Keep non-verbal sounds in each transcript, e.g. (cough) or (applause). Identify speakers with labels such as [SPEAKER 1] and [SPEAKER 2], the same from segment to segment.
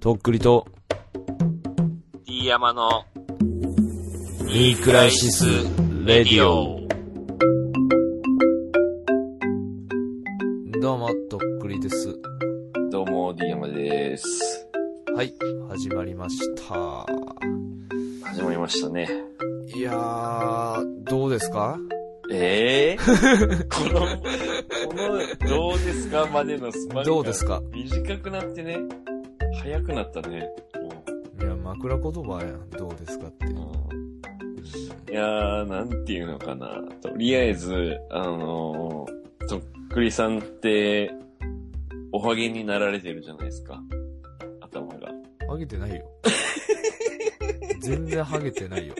[SPEAKER 1] とっくりと、
[SPEAKER 2] D 山の
[SPEAKER 1] いいクライシス・レディオ。どうも、とっくりです。
[SPEAKER 3] どうも、D 山です。
[SPEAKER 1] はい、始まりました。
[SPEAKER 3] 始まりましたね。
[SPEAKER 1] いやー、どうですか
[SPEAKER 3] ええ
[SPEAKER 1] (laughs)
[SPEAKER 3] この、この、どうですかまでのスパンが
[SPEAKER 1] どうですか
[SPEAKER 3] 短くなってね、早くなったね。
[SPEAKER 1] いや、枕言葉やん、どうですかって。
[SPEAKER 3] いやー、なんていうのかな。とりあえず、あのー、とっくりさんって、おはげになられてるじゃないですか。頭が。
[SPEAKER 1] ハゲてない
[SPEAKER 3] (laughs)
[SPEAKER 1] よ。全然ハゲてないよ。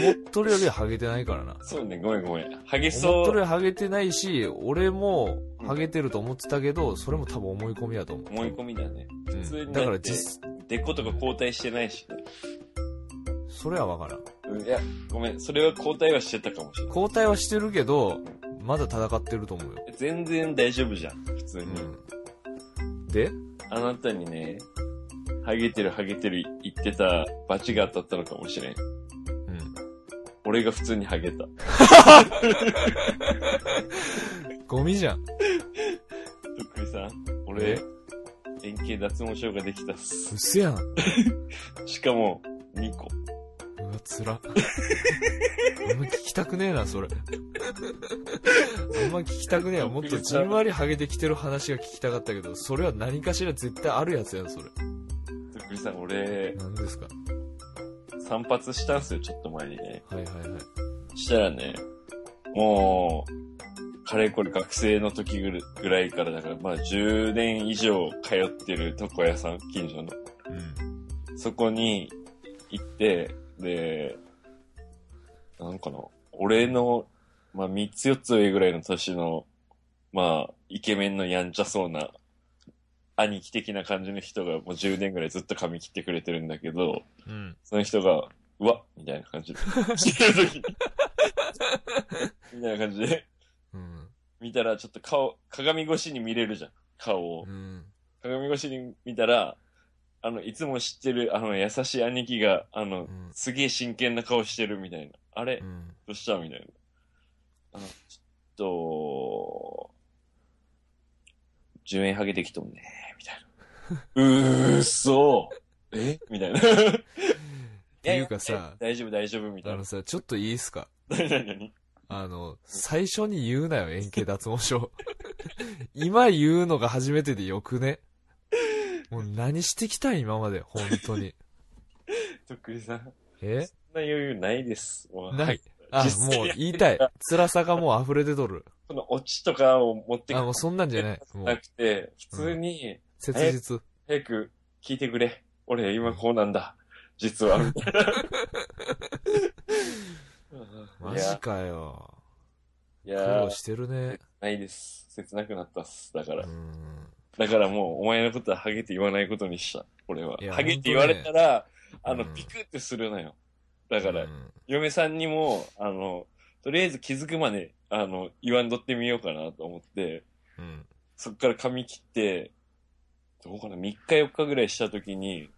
[SPEAKER 1] 思っとるよりハゲてないからな。
[SPEAKER 3] そうね、ごめんごめん。ハ
[SPEAKER 1] 思
[SPEAKER 3] ゲ
[SPEAKER 1] っ
[SPEAKER 3] そ
[SPEAKER 1] とるより
[SPEAKER 3] う。
[SPEAKER 1] ハゲてないし、俺もハゲてると思ってたけど、それも多分思い込みだと思う。
[SPEAKER 3] 思い込みだね。普通に
[SPEAKER 1] う
[SPEAKER 3] なっ
[SPEAKER 1] ん
[SPEAKER 3] て、
[SPEAKER 1] だから実、
[SPEAKER 3] でことか交代してないしね。
[SPEAKER 1] それはわからん。
[SPEAKER 3] いや、ごめん、それは交代はしてたかもしれない。
[SPEAKER 1] 交代はしてるけど、まだ戦ってると思うよ。
[SPEAKER 3] 全然大丈夫じゃん、普通に。
[SPEAKER 1] うん。で
[SPEAKER 3] あなたにね、ハゲてるハゲてる言ってたバチが当たったのかもしれん。
[SPEAKER 1] うん。
[SPEAKER 3] 俺が普通にハゲた。
[SPEAKER 1] ゴミじゃん。
[SPEAKER 3] とっくりさん、
[SPEAKER 1] え
[SPEAKER 3] 俺、円形脱毛症ができたっす
[SPEAKER 1] う。せやん。う
[SPEAKER 3] しかも、2個。
[SPEAKER 1] わ、つら。あんま聞きたくねえな、それ。あんま聞きたくねえよ。もっとじんわりハゲてきてる話が聞きたかったけど、それは何かしら絶対あるやつやん、それ。
[SPEAKER 3] とっくりさん、俺、
[SPEAKER 1] 何ですか
[SPEAKER 3] 散髪したんすよ、ちょっと前にね。
[SPEAKER 1] はいはいはい。
[SPEAKER 3] したらね、もう、かれこれ学生の時ぐるぐらいから、だからまあ10年以上通ってる床屋さん、近所の。
[SPEAKER 1] うん。
[SPEAKER 3] そこに行って、で、なんかな、俺の、まあ、三つ四つ上ぐらいの年の、まあ、イケメンのやんちゃそうな、兄貴的な感じの人がもう10年ぐらいずっと髪切ってくれてるんだけど、
[SPEAKER 1] うん。
[SPEAKER 3] その人が、うわみたいな感じで、してる時に、みたいな感じで、
[SPEAKER 1] うん。
[SPEAKER 3] 見たらちょっと顔、鏡越しに見れるじゃん、顔を。
[SPEAKER 1] うん。
[SPEAKER 3] 鏡越しに見たら、あの、いつも知ってる、あの、優しい兄貴が、あ
[SPEAKER 1] う
[SPEAKER 3] の、
[SPEAKER 1] ん
[SPEAKER 3] すげえ真剣な顔してるみたいな。あれ、
[SPEAKER 1] うん。
[SPEAKER 3] どうしたみたいな。あの、ちょっと、10円ハゲてきとんねみたいな。うーそえみたいな。
[SPEAKER 1] ていうか
[SPEAKER 3] (laughs)
[SPEAKER 1] さ
[SPEAKER 3] 大丈夫大丈夫みた
[SPEAKER 1] あ
[SPEAKER 3] いな
[SPEAKER 1] の。さ、ちょっといいっすか
[SPEAKER 3] 何何何 (laughs)
[SPEAKER 1] あの、最初に言うなよ、円形脱毛症。 (laughs) 今言うのが初めてでよくね。もう何してきたん今まで、本当
[SPEAKER 3] (laughs)
[SPEAKER 1] に。
[SPEAKER 3] とっくりさん、そん
[SPEAKER 1] え
[SPEAKER 3] な余裕ないです。もう
[SPEAKER 1] な。
[SPEAKER 3] はい
[SPEAKER 1] あ
[SPEAKER 3] 実、際
[SPEAKER 1] もう言い
[SPEAKER 3] (laughs)
[SPEAKER 1] たい。辛さがもう溢れ出とる。
[SPEAKER 3] このオチとかを持って
[SPEAKER 1] あ、もうそんなんじゃ
[SPEAKER 3] (laughs)
[SPEAKER 1] ない。も
[SPEAKER 3] な
[SPEAKER 1] う、
[SPEAKER 3] くて、普通に、
[SPEAKER 1] 切実。
[SPEAKER 3] 早く聞いてくれ。俺今こうなんだ。
[SPEAKER 1] (laughs)
[SPEAKER 3] 実は。み (laughs) たいな
[SPEAKER 1] マ
[SPEAKER 3] いや
[SPEAKER 1] ジかよ。
[SPEAKER 3] い
[SPEAKER 1] 苦
[SPEAKER 3] や
[SPEAKER 1] 労、してるね。
[SPEAKER 3] ないです。切なくなったっす。だか
[SPEAKER 1] う
[SPEAKER 3] ら。
[SPEAKER 1] ん。。
[SPEAKER 3] だからもう、お前のことはハゲって言わないことにした。俺はい
[SPEAKER 1] や
[SPEAKER 3] ハゲって言われたら、あ
[SPEAKER 1] 当ね
[SPEAKER 3] の、
[SPEAKER 1] うん
[SPEAKER 3] ピクってするのよ。だから
[SPEAKER 1] う、ん
[SPEAKER 3] 嫁さんにも、あの、とりあえず気づくまで、あの、言わんとってみようかなと思って、
[SPEAKER 1] うん。
[SPEAKER 3] そっから髪切って、どうかな、3日4日ぐらいした時に、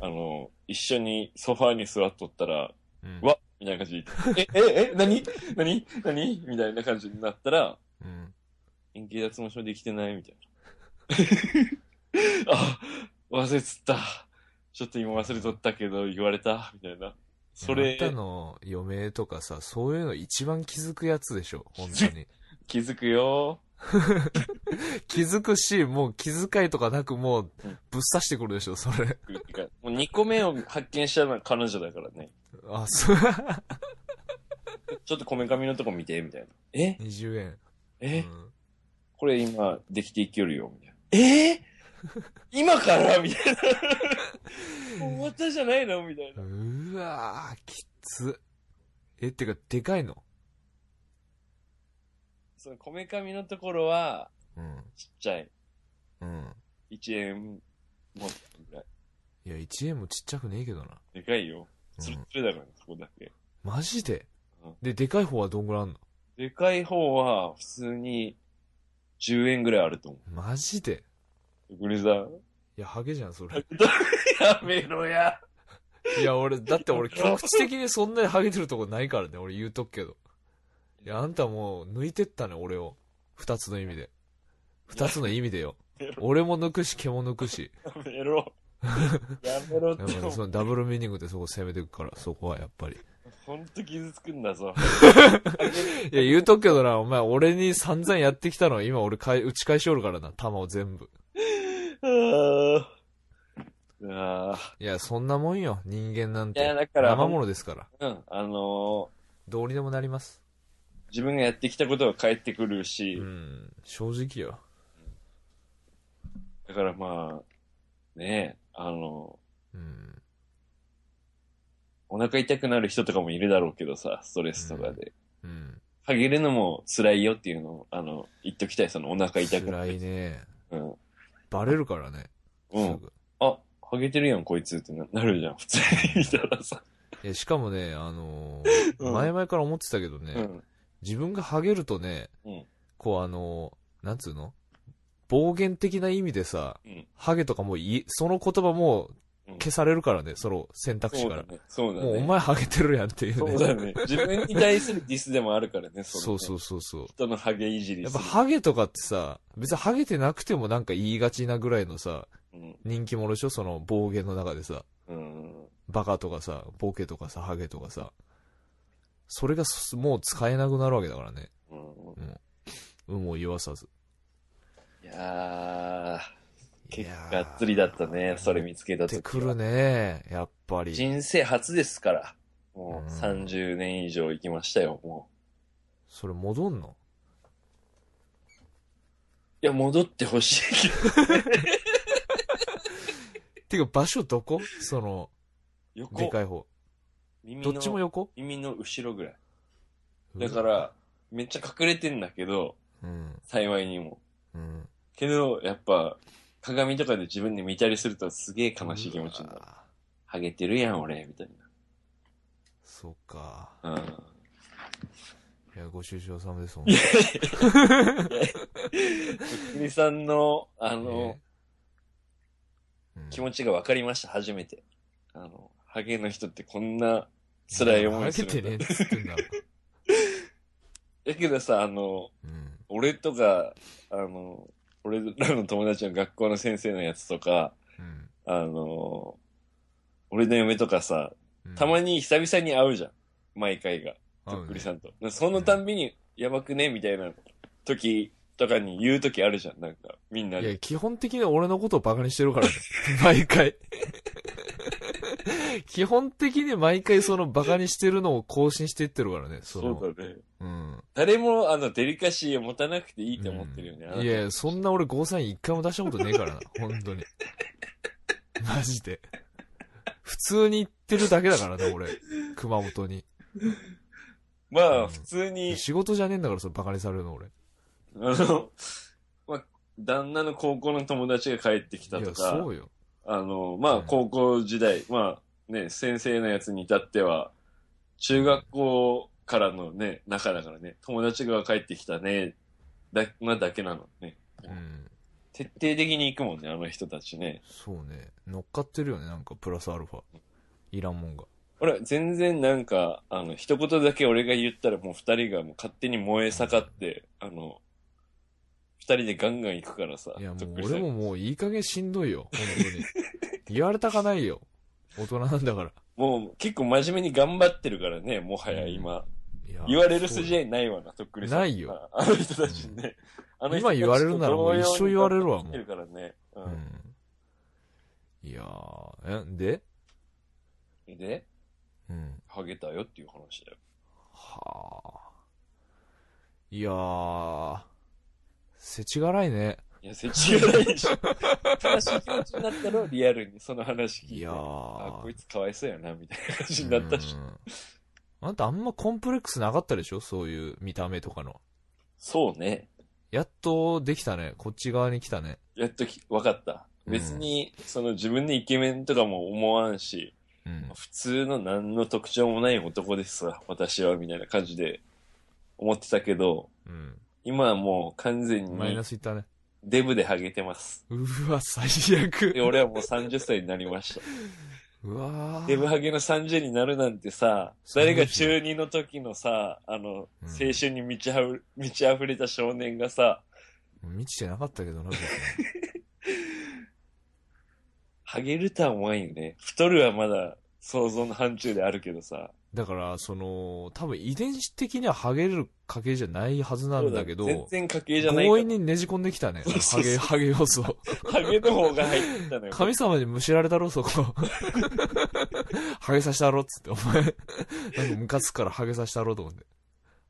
[SPEAKER 3] あの、一緒にソファーに座っとったら、
[SPEAKER 1] うん
[SPEAKER 3] うわみたいな感じで、え、え、え、何何何みたいな感じになったら、
[SPEAKER 1] うん。
[SPEAKER 3] 円形脱毛症できてないみたいな。あ、忘れつった。ちょっと今忘れとったけど、言われたみたいな。それ
[SPEAKER 1] あ、なたの嫁とかさ、そういうの一番気づくやつで
[SPEAKER 3] (laughs)
[SPEAKER 1] しょ、本当に。
[SPEAKER 3] 気づくよ。
[SPEAKER 1] 気づくし、もう気遣いとかなく、もう
[SPEAKER 3] うん、
[SPEAKER 1] ぶっ刺してくるでしょ、それ。
[SPEAKER 3] ってかもう2個目を発見したのは彼女だからね。
[SPEAKER 1] あ、
[SPEAKER 3] (laughs)
[SPEAKER 1] そう。
[SPEAKER 3] ちょっとこめかみのとこ見て、みたいな。え
[SPEAKER 1] 20円。
[SPEAKER 3] え、
[SPEAKER 1] うん
[SPEAKER 3] これ今、できていきよるよ、みたいな。えー、今から
[SPEAKER 1] (laughs)
[SPEAKER 3] みたいな。終わったじゃないのみたいな。
[SPEAKER 1] うわー、きつ。え、ってか、でかいの
[SPEAKER 3] その、こめかみのところは、
[SPEAKER 1] うん。
[SPEAKER 3] ちっちゃい。
[SPEAKER 1] うん。
[SPEAKER 3] 1円もぐらい。
[SPEAKER 1] いや、1円もちっちゃくねえけどな。
[SPEAKER 3] でかいよ。
[SPEAKER 1] う
[SPEAKER 3] つる
[SPEAKER 1] ん、
[SPEAKER 3] つるだから、そこだけ。
[SPEAKER 1] マジで
[SPEAKER 3] うん
[SPEAKER 1] で、でかい方はどんぐらいあんの
[SPEAKER 3] でかい方は、普通に、10円ぐらいあると思
[SPEAKER 1] マジで (laughs)
[SPEAKER 3] う。グリザー、
[SPEAKER 1] いや、ハゲじゃん、それ。
[SPEAKER 3] やめろや。
[SPEAKER 1] いや、俺、だって俺、局地的にそんなにハゲてるとこないからね、俺言うとくけど。いや、あんたもう、抜いてったね、俺を。二つの意味で。二つの意味でよ。俺も抜くし、毛も抜くし。
[SPEAKER 3] やめろ。やめろっ
[SPEAKER 1] やっぱ
[SPEAKER 3] て
[SPEAKER 1] りそのダブルミーニングでそこ攻めてくから、そこはやっぱり。
[SPEAKER 3] ほんと傷つくんだぞ。
[SPEAKER 1] いや、言うとくけどな、お前、俺に散々やってきたの、今俺かい、打ち返しおるからな、球を全部。
[SPEAKER 3] あーうわー
[SPEAKER 1] いや、そんなもんよ、人間なん
[SPEAKER 3] い
[SPEAKER 1] て。
[SPEAKER 3] や、だから、
[SPEAKER 1] 生物ですから。
[SPEAKER 3] うん、あの
[SPEAKER 1] どうにでもなります。
[SPEAKER 3] ー自分がやってきたことは返ってくるし、
[SPEAKER 1] うん、正直よ。
[SPEAKER 3] だからまあ、ねえ、あの
[SPEAKER 1] うん。
[SPEAKER 3] お腹痛くなる人とかもいるだろうけどさ、ストレスとかで。
[SPEAKER 1] うん。
[SPEAKER 3] ハゲるのも辛いよっていうのを、あの、言っときたい、そのお腹痛くな
[SPEAKER 1] 辛
[SPEAKER 3] る。
[SPEAKER 1] いね。
[SPEAKER 3] うん。
[SPEAKER 1] バレるからね。す
[SPEAKER 3] うん。
[SPEAKER 1] ぐ。
[SPEAKER 3] あ、ハゲてるやん、こいつってななるじゃん、普通
[SPEAKER 1] (laughs)
[SPEAKER 3] に見たらさ。
[SPEAKER 1] いや、しかもね、あの
[SPEAKER 3] う
[SPEAKER 1] ー、
[SPEAKER 3] ん
[SPEAKER 1] 前々から思ってたけど
[SPEAKER 3] う
[SPEAKER 1] ね、
[SPEAKER 3] ん。
[SPEAKER 1] 自分がハゲるとね
[SPEAKER 3] うん、
[SPEAKER 1] こうあのー、なんつうの暴言的な意味でさ
[SPEAKER 3] うん、
[SPEAKER 1] ハゲとかもうい、その言葉もう消されるからね、その選択肢
[SPEAKER 3] そう
[SPEAKER 1] か
[SPEAKER 3] だ
[SPEAKER 1] ら。
[SPEAKER 3] ね。そうだね。
[SPEAKER 1] もうお前ハゲてるやんっていう
[SPEAKER 3] そう
[SPEAKER 1] ね。
[SPEAKER 3] だね。自分に対するディスでもあるからね、れね
[SPEAKER 1] そうそうそうそう。
[SPEAKER 3] 人のハゲいじり
[SPEAKER 1] やっぱ
[SPEAKER 3] する。
[SPEAKER 1] ハゲとかってさ、別にハゲてなくてもなんか言いがちなぐらいのさ、
[SPEAKER 3] うん。
[SPEAKER 1] 人気者でしょその暴言の中でさ、
[SPEAKER 3] うん。
[SPEAKER 1] バカとかさ、ボケとかさ、ハゲとかさ。それがそもう使えなくなるわけだからね。
[SPEAKER 3] うん。
[SPEAKER 1] 有無を言わさず。
[SPEAKER 3] いやー、結構が
[SPEAKER 1] やー
[SPEAKER 3] っつりだったね、それ見つけた
[SPEAKER 1] って
[SPEAKER 3] 時
[SPEAKER 1] く
[SPEAKER 3] は
[SPEAKER 1] るね、やっぱり。
[SPEAKER 3] 人生初ですから。もう
[SPEAKER 1] うん
[SPEAKER 3] 30年以上行きましたよ、も
[SPEAKER 1] それ戻んの
[SPEAKER 3] う。いや、戻ってほしいけど。
[SPEAKER 1] ていうか場所どこその、 (laughs) で
[SPEAKER 3] 横
[SPEAKER 1] か。い方。
[SPEAKER 3] 耳
[SPEAKER 1] ど
[SPEAKER 3] の
[SPEAKER 1] っちも横
[SPEAKER 3] 耳の後ろぐらい。だか、ら、めっちゃ隠れてんだけど、
[SPEAKER 1] うん、
[SPEAKER 3] 幸いにも。
[SPEAKER 1] うん。
[SPEAKER 3] けど、やっぱ、鏡とかで自分で見たりするとすげえ悲しい気持ちにな
[SPEAKER 1] う
[SPEAKER 3] る。
[SPEAKER 1] わー
[SPEAKER 3] ハゲてるやん、俺、みたい
[SPEAKER 1] そうか。
[SPEAKER 3] な。うん。
[SPEAKER 1] いや、ご愁傷様です、本
[SPEAKER 3] 国さんの、あ
[SPEAKER 1] 当に
[SPEAKER 3] の
[SPEAKER 1] ね、うん
[SPEAKER 3] 気持ちが分かりました、初めて。あの、ハゲの人ってこんな辛い思いする
[SPEAKER 1] ハゲてね
[SPEAKER 3] んだ。
[SPEAKER 1] えっつってんだろ。
[SPEAKER 3] だけどさ、あの、
[SPEAKER 1] うん。
[SPEAKER 3] 俺とか、あの、俺らの友達の学校の先生のやつとか、
[SPEAKER 1] うん
[SPEAKER 3] あの、俺の嫁とかさ、
[SPEAKER 1] うん。
[SPEAKER 3] たまに久々に会うじゃん。毎回が。
[SPEAKER 1] 合う
[SPEAKER 3] とっ
[SPEAKER 1] ね
[SPEAKER 3] くりさんと。そのたんびに、やばくねみたいな時とかに言う時あるじゃん。なんか、みんない
[SPEAKER 1] や、
[SPEAKER 3] で。
[SPEAKER 1] 基本的に俺のことをバカにしてるからね。 (laughs) 毎回。 (laughs) 基本的に毎回そのバカにしてるのを更新していってるからね。その
[SPEAKER 3] そうだね。
[SPEAKER 1] うん。
[SPEAKER 3] 誰も、あの、デリカシーを持たなくていいと思ってるよね。あなた
[SPEAKER 1] いや、そんな俺ゴーサイン一回も出したことねえからな。本当に。 (laughs) マジで。普通に行ってるだけだからね、俺。熊本に。
[SPEAKER 3] ま
[SPEAKER 1] う
[SPEAKER 3] あ、
[SPEAKER 1] ん
[SPEAKER 3] 普通に、
[SPEAKER 1] 仕事じゃねえんだから、それバカにされるの俺。
[SPEAKER 3] あの、まあ、旦那の高校の友達が帰ってきた
[SPEAKER 1] い
[SPEAKER 3] と
[SPEAKER 1] や、
[SPEAKER 3] か
[SPEAKER 1] そ、うよ。
[SPEAKER 3] あの、ま
[SPEAKER 1] う
[SPEAKER 3] あ、
[SPEAKER 1] ん
[SPEAKER 3] 高校時代、まあ、ね、先生のやつに至っては、中学校からのね、仲だからね、友達が帰ってきたね、だ、なだけなのね。
[SPEAKER 1] うん。
[SPEAKER 3] 徹底的に行くもんね、あの人たちね。
[SPEAKER 1] そうね。乗っかってるよね、なんか、プラスアルファ。いらんもんが。
[SPEAKER 3] 俺、全然なんか、あの、一言だけ俺が言ったらもう二人がもう勝手に燃え盛って、あの、二人でガンガン行くからさ。
[SPEAKER 1] いや、も
[SPEAKER 3] とっ
[SPEAKER 1] う
[SPEAKER 3] くりさん
[SPEAKER 1] 俺ももういい加減しんどいよ、本当に。言われたかないよ。大人なんだから。
[SPEAKER 3] もう結構真面目に頑張ってるからね、もはや今。
[SPEAKER 1] いや
[SPEAKER 3] 言われる筋合いないわな、とっくりさん。
[SPEAKER 1] ないよ。
[SPEAKER 3] あの人たちね。あの人たち
[SPEAKER 1] 今言われるならもう一生言われるわもう
[SPEAKER 3] 同様に頑張ってるから
[SPEAKER 1] そう
[SPEAKER 3] ね。
[SPEAKER 1] うん。いやー、え、で
[SPEAKER 3] うん。で、
[SPEAKER 1] うん。
[SPEAKER 3] ハゲたよっていう話だよ。
[SPEAKER 1] はあ。いやー、せちがらいね。
[SPEAKER 3] いや、せちがないでしょ。悲しい気持ちになったの、リアルにその話聞いて。
[SPEAKER 1] いやー。
[SPEAKER 3] あ、こいつかわいそうやな、みたいな感じになったし
[SPEAKER 1] う。んあんたあんまコンプレックスなかったでしょそういう見た目とかの。
[SPEAKER 3] そうね。
[SPEAKER 1] やっとできたね。こっち側に来たね。
[SPEAKER 3] やっとき、わかった。別に、その自分でイケメンとかも思わんし、
[SPEAKER 1] うん。
[SPEAKER 3] 普通の何の特徴もない男ですわ、私は、みたいな感じで思ってたけど、
[SPEAKER 1] うん。
[SPEAKER 3] 今はもう完全に、
[SPEAKER 1] マイナスいったね。
[SPEAKER 3] デブでハゲてます。
[SPEAKER 1] うわ、最
[SPEAKER 3] で、
[SPEAKER 1] 悪。
[SPEAKER 3] 俺はもう30歳になり
[SPEAKER 1] (laughs)
[SPEAKER 3] ました。
[SPEAKER 1] うわ
[SPEAKER 3] デブ
[SPEAKER 1] ー
[SPEAKER 3] ハゲの30になるなんてさ、誰が中2の時のさ、あの、
[SPEAKER 1] うん
[SPEAKER 3] 青春に満ちあふ満ち溢れた少年がさ、
[SPEAKER 1] 満ちてなかったけどな、別に
[SPEAKER 3] ハゲるとは思わんよね。太るはまだ想像の範疇であるけどさ。
[SPEAKER 1] だから、その、多分遺伝子的にはハゲる家系じゃないはずなんだけど、
[SPEAKER 3] 全然家系じゃないか
[SPEAKER 1] 強引にねじ込んできたね、
[SPEAKER 3] そうそ
[SPEAKER 1] ハ
[SPEAKER 3] うそう
[SPEAKER 1] ゲ、ハゲ要
[SPEAKER 3] (laughs)
[SPEAKER 1] 素。
[SPEAKER 3] ら。ハゲの方が入ってたのよ。
[SPEAKER 1] 神様にむしられたろ、そこ。ハゲさせたろ、つって、お前。なんかムカつくからハゲさせたろ、と思って。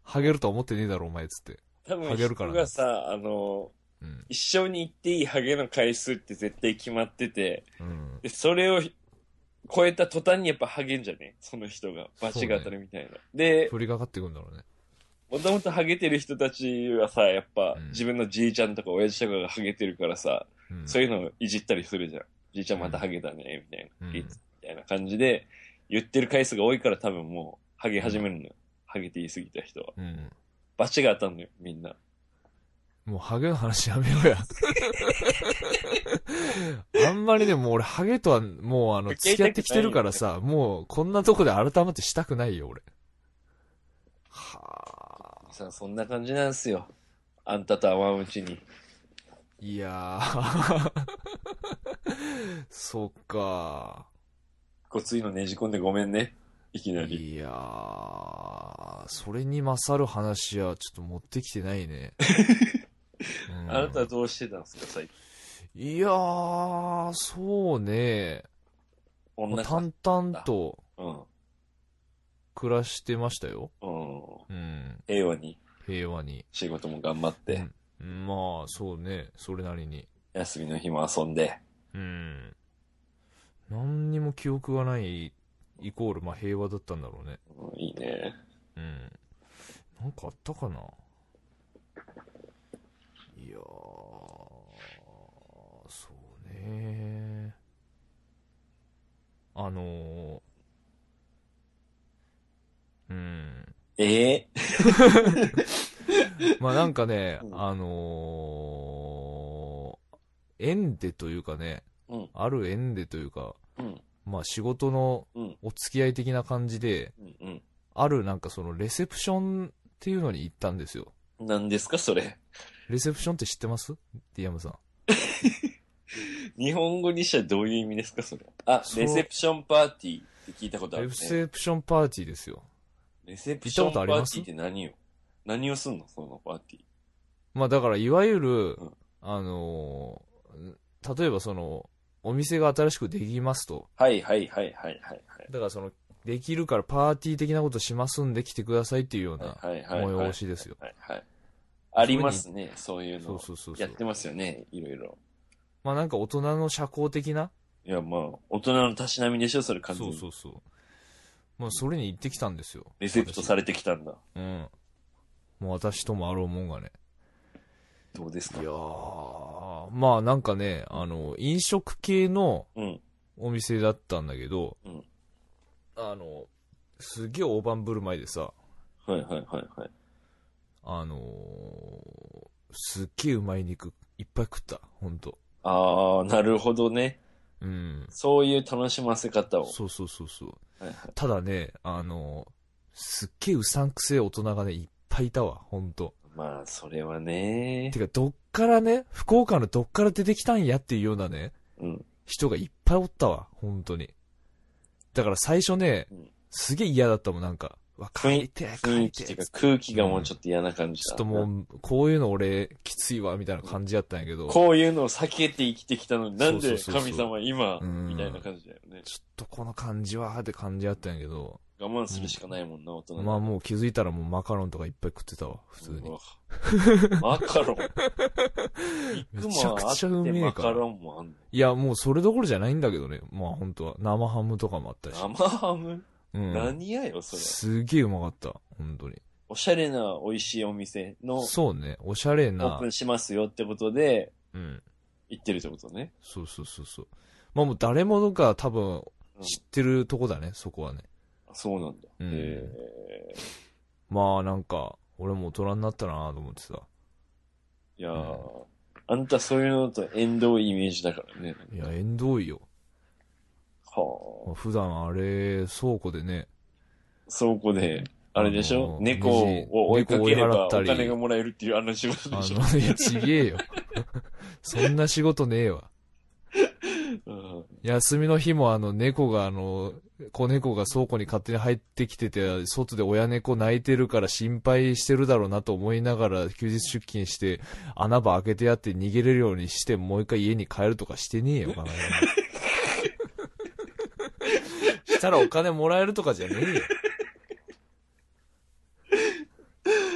[SPEAKER 1] ハゲるとは思ってねえだろ、お前、つって。
[SPEAKER 3] 多分
[SPEAKER 1] ハゲるから
[SPEAKER 3] 人がさ、あの、
[SPEAKER 1] うん。
[SPEAKER 3] 一生に行っていいハゲの回数って絶対決まってて、
[SPEAKER 1] うん。
[SPEAKER 3] で、それを超えた途端にやっぱハゲんじゃねその人が。バチが当たるみたいな。で、
[SPEAKER 1] 振りかかってくんだろうね。
[SPEAKER 3] もともとハゲてる人たちはさ、やっぱ、
[SPEAKER 1] うん
[SPEAKER 3] 自分のじいちゃんとか親父とかがハゲてるからさ、
[SPEAKER 1] うん。
[SPEAKER 3] そういうのをいじったりするじゃん。じいちゃんまたハゲたね、みたいな、
[SPEAKER 1] うん
[SPEAKER 3] いつみたいな感じで、言ってる回数が多いから多分もう、ハゲ始めるのよ。ハゲて言い過ぎた人は。
[SPEAKER 1] うん。
[SPEAKER 3] バチが当たるのよ、みんな。
[SPEAKER 1] もうハゲの話やめようや。あんまりね、もう俺ハゲとはもうあの、付き合ってきてるからさ、もうこんなとこで改めてしたくないよ、俺。はあ。
[SPEAKER 3] さあ、そんな感じなんすよ。あんたと甘うちに。
[SPEAKER 1] いやー。そっか。
[SPEAKER 3] ごついのねじ込んでごめんね。いきなり。
[SPEAKER 1] いやー。それに勝る話はちょっと持ってきてないね。うん
[SPEAKER 3] あなたはどうしてたんですか、最近。
[SPEAKER 1] いやー、そうね。もう
[SPEAKER 3] 女か。
[SPEAKER 1] 淡々と。
[SPEAKER 3] うん。
[SPEAKER 1] 暮らしてましたよ。
[SPEAKER 3] うん。
[SPEAKER 1] うん。
[SPEAKER 3] 平和に、
[SPEAKER 1] 平和に。
[SPEAKER 3] 仕事も頑張って、
[SPEAKER 1] うんまあ、そうね。それなりに。
[SPEAKER 3] 休みの日も遊んで。
[SPEAKER 1] うん。何にも記憶がない、イコール、まあ平和だったんだろうね。
[SPEAKER 3] うんいいね。
[SPEAKER 1] うん。なんかあったかないやー、そうねあのー、うん。
[SPEAKER 3] ええ
[SPEAKER 1] (laughs) まあなんかね、
[SPEAKER 3] うん
[SPEAKER 1] あのー、縁でというかね、
[SPEAKER 3] うん
[SPEAKER 1] ある縁でというか、
[SPEAKER 3] うん。
[SPEAKER 1] まあ仕事の
[SPEAKER 3] うん
[SPEAKER 1] お付き合い的な感じで、
[SPEAKER 3] うん。
[SPEAKER 1] あるなんかそのレセプションっていうのに行ったんですよ。
[SPEAKER 3] うん。何ですか、それ。
[SPEAKER 1] レセプションって知ってますディアムさん。
[SPEAKER 3] 日本語にしたらどういう意味ですか、それ。あ、
[SPEAKER 1] そう
[SPEAKER 3] レセプションパーティーって聞いたことある
[SPEAKER 1] レ
[SPEAKER 3] ね。
[SPEAKER 1] セプションパーティーですよ。
[SPEAKER 3] レセプションパーティーって何よ何をすんのそのパーティー。
[SPEAKER 1] まあだからいわゆる
[SPEAKER 3] うん、
[SPEAKER 1] あのー、例えばその、お店が新しくできますと。
[SPEAKER 3] はいはいはいはいはいはい。
[SPEAKER 1] だからその、できるからパーティー的なことしますんで来てくださいっていうような
[SPEAKER 3] はいはいはい、はい。
[SPEAKER 1] 催しですよ。
[SPEAKER 3] はいはい。ありますね、そういう
[SPEAKER 1] そう
[SPEAKER 3] の。
[SPEAKER 1] そうそうそ
[SPEAKER 3] やっ
[SPEAKER 1] う。
[SPEAKER 3] てますよね、いろいろ。
[SPEAKER 1] まあなんか大人の社交的ない
[SPEAKER 3] や、まあ、大人のたしなみでしょ、それ完全
[SPEAKER 1] そう
[SPEAKER 3] に。
[SPEAKER 1] そうそう。まあそれに行ってきたんですよ。
[SPEAKER 3] レセプトされてきたんだ。
[SPEAKER 1] 私うん。もう私ともあろうもんがね。
[SPEAKER 3] どうです
[SPEAKER 1] い
[SPEAKER 3] か
[SPEAKER 1] やー、まあなんかね、あの、飲食系の
[SPEAKER 3] うん。
[SPEAKER 1] お店だったんだけど、
[SPEAKER 3] うん
[SPEAKER 1] あの、すげえ大盤振る舞いでさ、
[SPEAKER 3] はいはいはいはい。
[SPEAKER 1] あのーすっげえうまい肉いっぱい食った、ほんと。
[SPEAKER 3] ああ、なるほどね。
[SPEAKER 1] うん。
[SPEAKER 3] そういう楽しませ方を。
[SPEAKER 1] そうそうそうそう。
[SPEAKER 3] はいはい
[SPEAKER 1] ただね、あの、すっげえうさんくせえ大人がね、いっぱいいたわ、ほんと。
[SPEAKER 3] まあ、それはね
[SPEAKER 1] て。か、どっからね、福岡のどっから出てきたんやっていうようなね、
[SPEAKER 3] うん。
[SPEAKER 1] 人がいっぱいおったわ、ほんとに。だから最初ね
[SPEAKER 3] うん、
[SPEAKER 1] すげえ嫌だったもん、なんか。わ、帰りてえ、帰
[SPEAKER 3] 雰囲
[SPEAKER 1] り
[SPEAKER 3] 気ってて
[SPEAKER 1] え
[SPEAKER 3] いうか空気がもうちょっと嫌な感じ
[SPEAKER 1] ちょ
[SPEAKER 3] だ
[SPEAKER 1] っともう、こういうの俺、きついわ、みたいな感じやったんやけど、ちょ
[SPEAKER 3] こういうのを避けて生きてきたのに、なん
[SPEAKER 1] そう
[SPEAKER 3] で
[SPEAKER 1] そうそうそう
[SPEAKER 3] 神様今、
[SPEAKER 1] うん
[SPEAKER 3] みたいな感じだよね。
[SPEAKER 1] っとこの感じは、って感じやったんやけど、
[SPEAKER 3] 我慢するしかないもんな、大人。
[SPEAKER 1] まあもう気づいたらもうマカロンとかいっぱい食ってたわ、普通
[SPEAKER 3] う
[SPEAKER 1] に。
[SPEAKER 3] わ。マカ
[SPEAKER 1] (laughs)
[SPEAKER 3] ロン。肉
[SPEAKER 1] めちゃ
[SPEAKER 3] もあ
[SPEAKER 1] く
[SPEAKER 3] っ
[SPEAKER 1] ちゃう
[SPEAKER 3] て
[SPEAKER 1] めえ
[SPEAKER 3] マ
[SPEAKER 1] から
[SPEAKER 3] カロンもあんの。
[SPEAKER 1] いや、もうそれどころじゃないんだけどね。まあ本当は。生ハムとかもあったし。
[SPEAKER 3] 生ハム、
[SPEAKER 1] うん。
[SPEAKER 3] 何やよ、それ。
[SPEAKER 1] すげえうまかった。本当に。
[SPEAKER 3] おしゃれな美味しいお店のオ
[SPEAKER 1] そうね。おしゃれ
[SPEAKER 3] ー
[SPEAKER 1] な
[SPEAKER 3] プ。ンしますよってことで、
[SPEAKER 1] うん。
[SPEAKER 3] 行ってるってことね。
[SPEAKER 1] そうそうそうそう。まあもう誰もが多分
[SPEAKER 3] うん
[SPEAKER 1] 知ってるとこだね、そこはね。
[SPEAKER 3] そうなんだ。
[SPEAKER 1] うん
[SPEAKER 3] へえ
[SPEAKER 1] まあなんか、俺も大人になったなと思ってさ。
[SPEAKER 3] いやー、あんたそういうのと縁遠いイメージだからね。
[SPEAKER 1] いや、縁遠いよ。
[SPEAKER 3] は
[SPEAKER 1] ま
[SPEAKER 3] あ。
[SPEAKER 1] あ普段あれ、倉庫でね、
[SPEAKER 3] 倉庫で、あれでし
[SPEAKER 1] あの
[SPEAKER 3] ょ猫を追いかければお金がもらえるっていうあの仕事
[SPEAKER 1] あ
[SPEAKER 3] でしょ (laughs)
[SPEAKER 1] の、いや、ちげえよ。 (laughs) そんな仕事ねえわ。 (laughs)
[SPEAKER 3] うん
[SPEAKER 1] 休みの日もあの、猫があの、子猫が倉庫に勝手に入ってきてて、外で親猫泣いてるから心配してるだろうなと思いながら休日出勤して、穴場開けてやって逃げれるようにして、もう一回家に帰るとかしてねえよ、
[SPEAKER 3] (laughs)
[SPEAKER 1] バカ野郎したらお金もらえるとかじゃねえよ。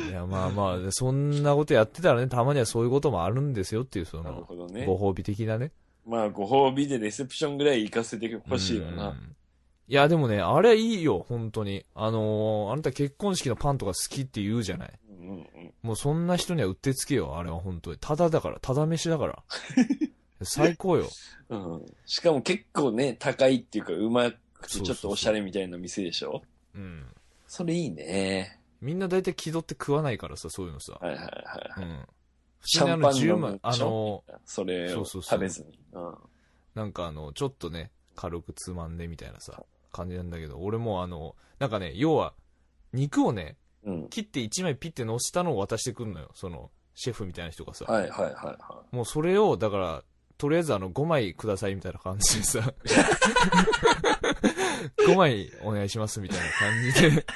[SPEAKER 1] いや、まあまあ、そんなことやってたらね、たまにはそういうこともあるんですよっていう、そ
[SPEAKER 3] なる
[SPEAKER 1] の、
[SPEAKER 3] ほどね。
[SPEAKER 1] ご褒美的なね。
[SPEAKER 3] まあ、ご褒美でレセプションぐらい行かせてほしいよ
[SPEAKER 1] う
[SPEAKER 3] な。
[SPEAKER 1] んいや、でもね、あれいいよ、本当に。あのーあなた結婚式のパンとか好きって言うじゃない。
[SPEAKER 3] うんうん
[SPEAKER 1] もうそんな人にはうってつけよ、あれは本当に。ただだから、ただ飯だ
[SPEAKER 3] (laughs)
[SPEAKER 1] から。最高よ。
[SPEAKER 3] うんうんしかも結構ね、高いっていうか、うまくて
[SPEAKER 1] そうそう
[SPEAKER 3] ち
[SPEAKER 1] そ
[SPEAKER 3] ょ
[SPEAKER 1] う
[SPEAKER 3] っとおしゃれみたいな店でしょ
[SPEAKER 1] うん。
[SPEAKER 3] それいいね。
[SPEAKER 1] みんな大体気取って食わないからさ、そういうのさ。
[SPEAKER 3] はいはいはい。
[SPEAKER 1] うん。普
[SPEAKER 3] シ
[SPEAKER 1] 通に
[SPEAKER 3] ャ
[SPEAKER 1] あ
[SPEAKER 3] ンパ
[SPEAKER 1] の
[SPEAKER 3] ン
[SPEAKER 1] 10
[SPEAKER 3] 飲む
[SPEAKER 1] 万
[SPEAKER 3] で、
[SPEAKER 1] あ
[SPEAKER 3] しょ
[SPEAKER 1] の、
[SPEAKER 3] それ
[SPEAKER 1] そ
[SPEAKER 3] を
[SPEAKER 1] うそうそう
[SPEAKER 3] 食べずに。うん
[SPEAKER 1] なんかあの、ちょっとね、軽くつまんでみたいなさ、感じなんだけど、俺もあの、なんかね、要は、肉をね、
[SPEAKER 3] うん。
[SPEAKER 1] 切って1枚ピッて乗せたのを渡してくんのよ。その、シェフみたいな人がさ。
[SPEAKER 3] はいはいはいは
[SPEAKER 1] もうそれを、だから、とりあえずあの、5枚くださいみたいな感じで
[SPEAKER 3] (laughs)
[SPEAKER 1] さ、5枚お願いしますみたいな感じで、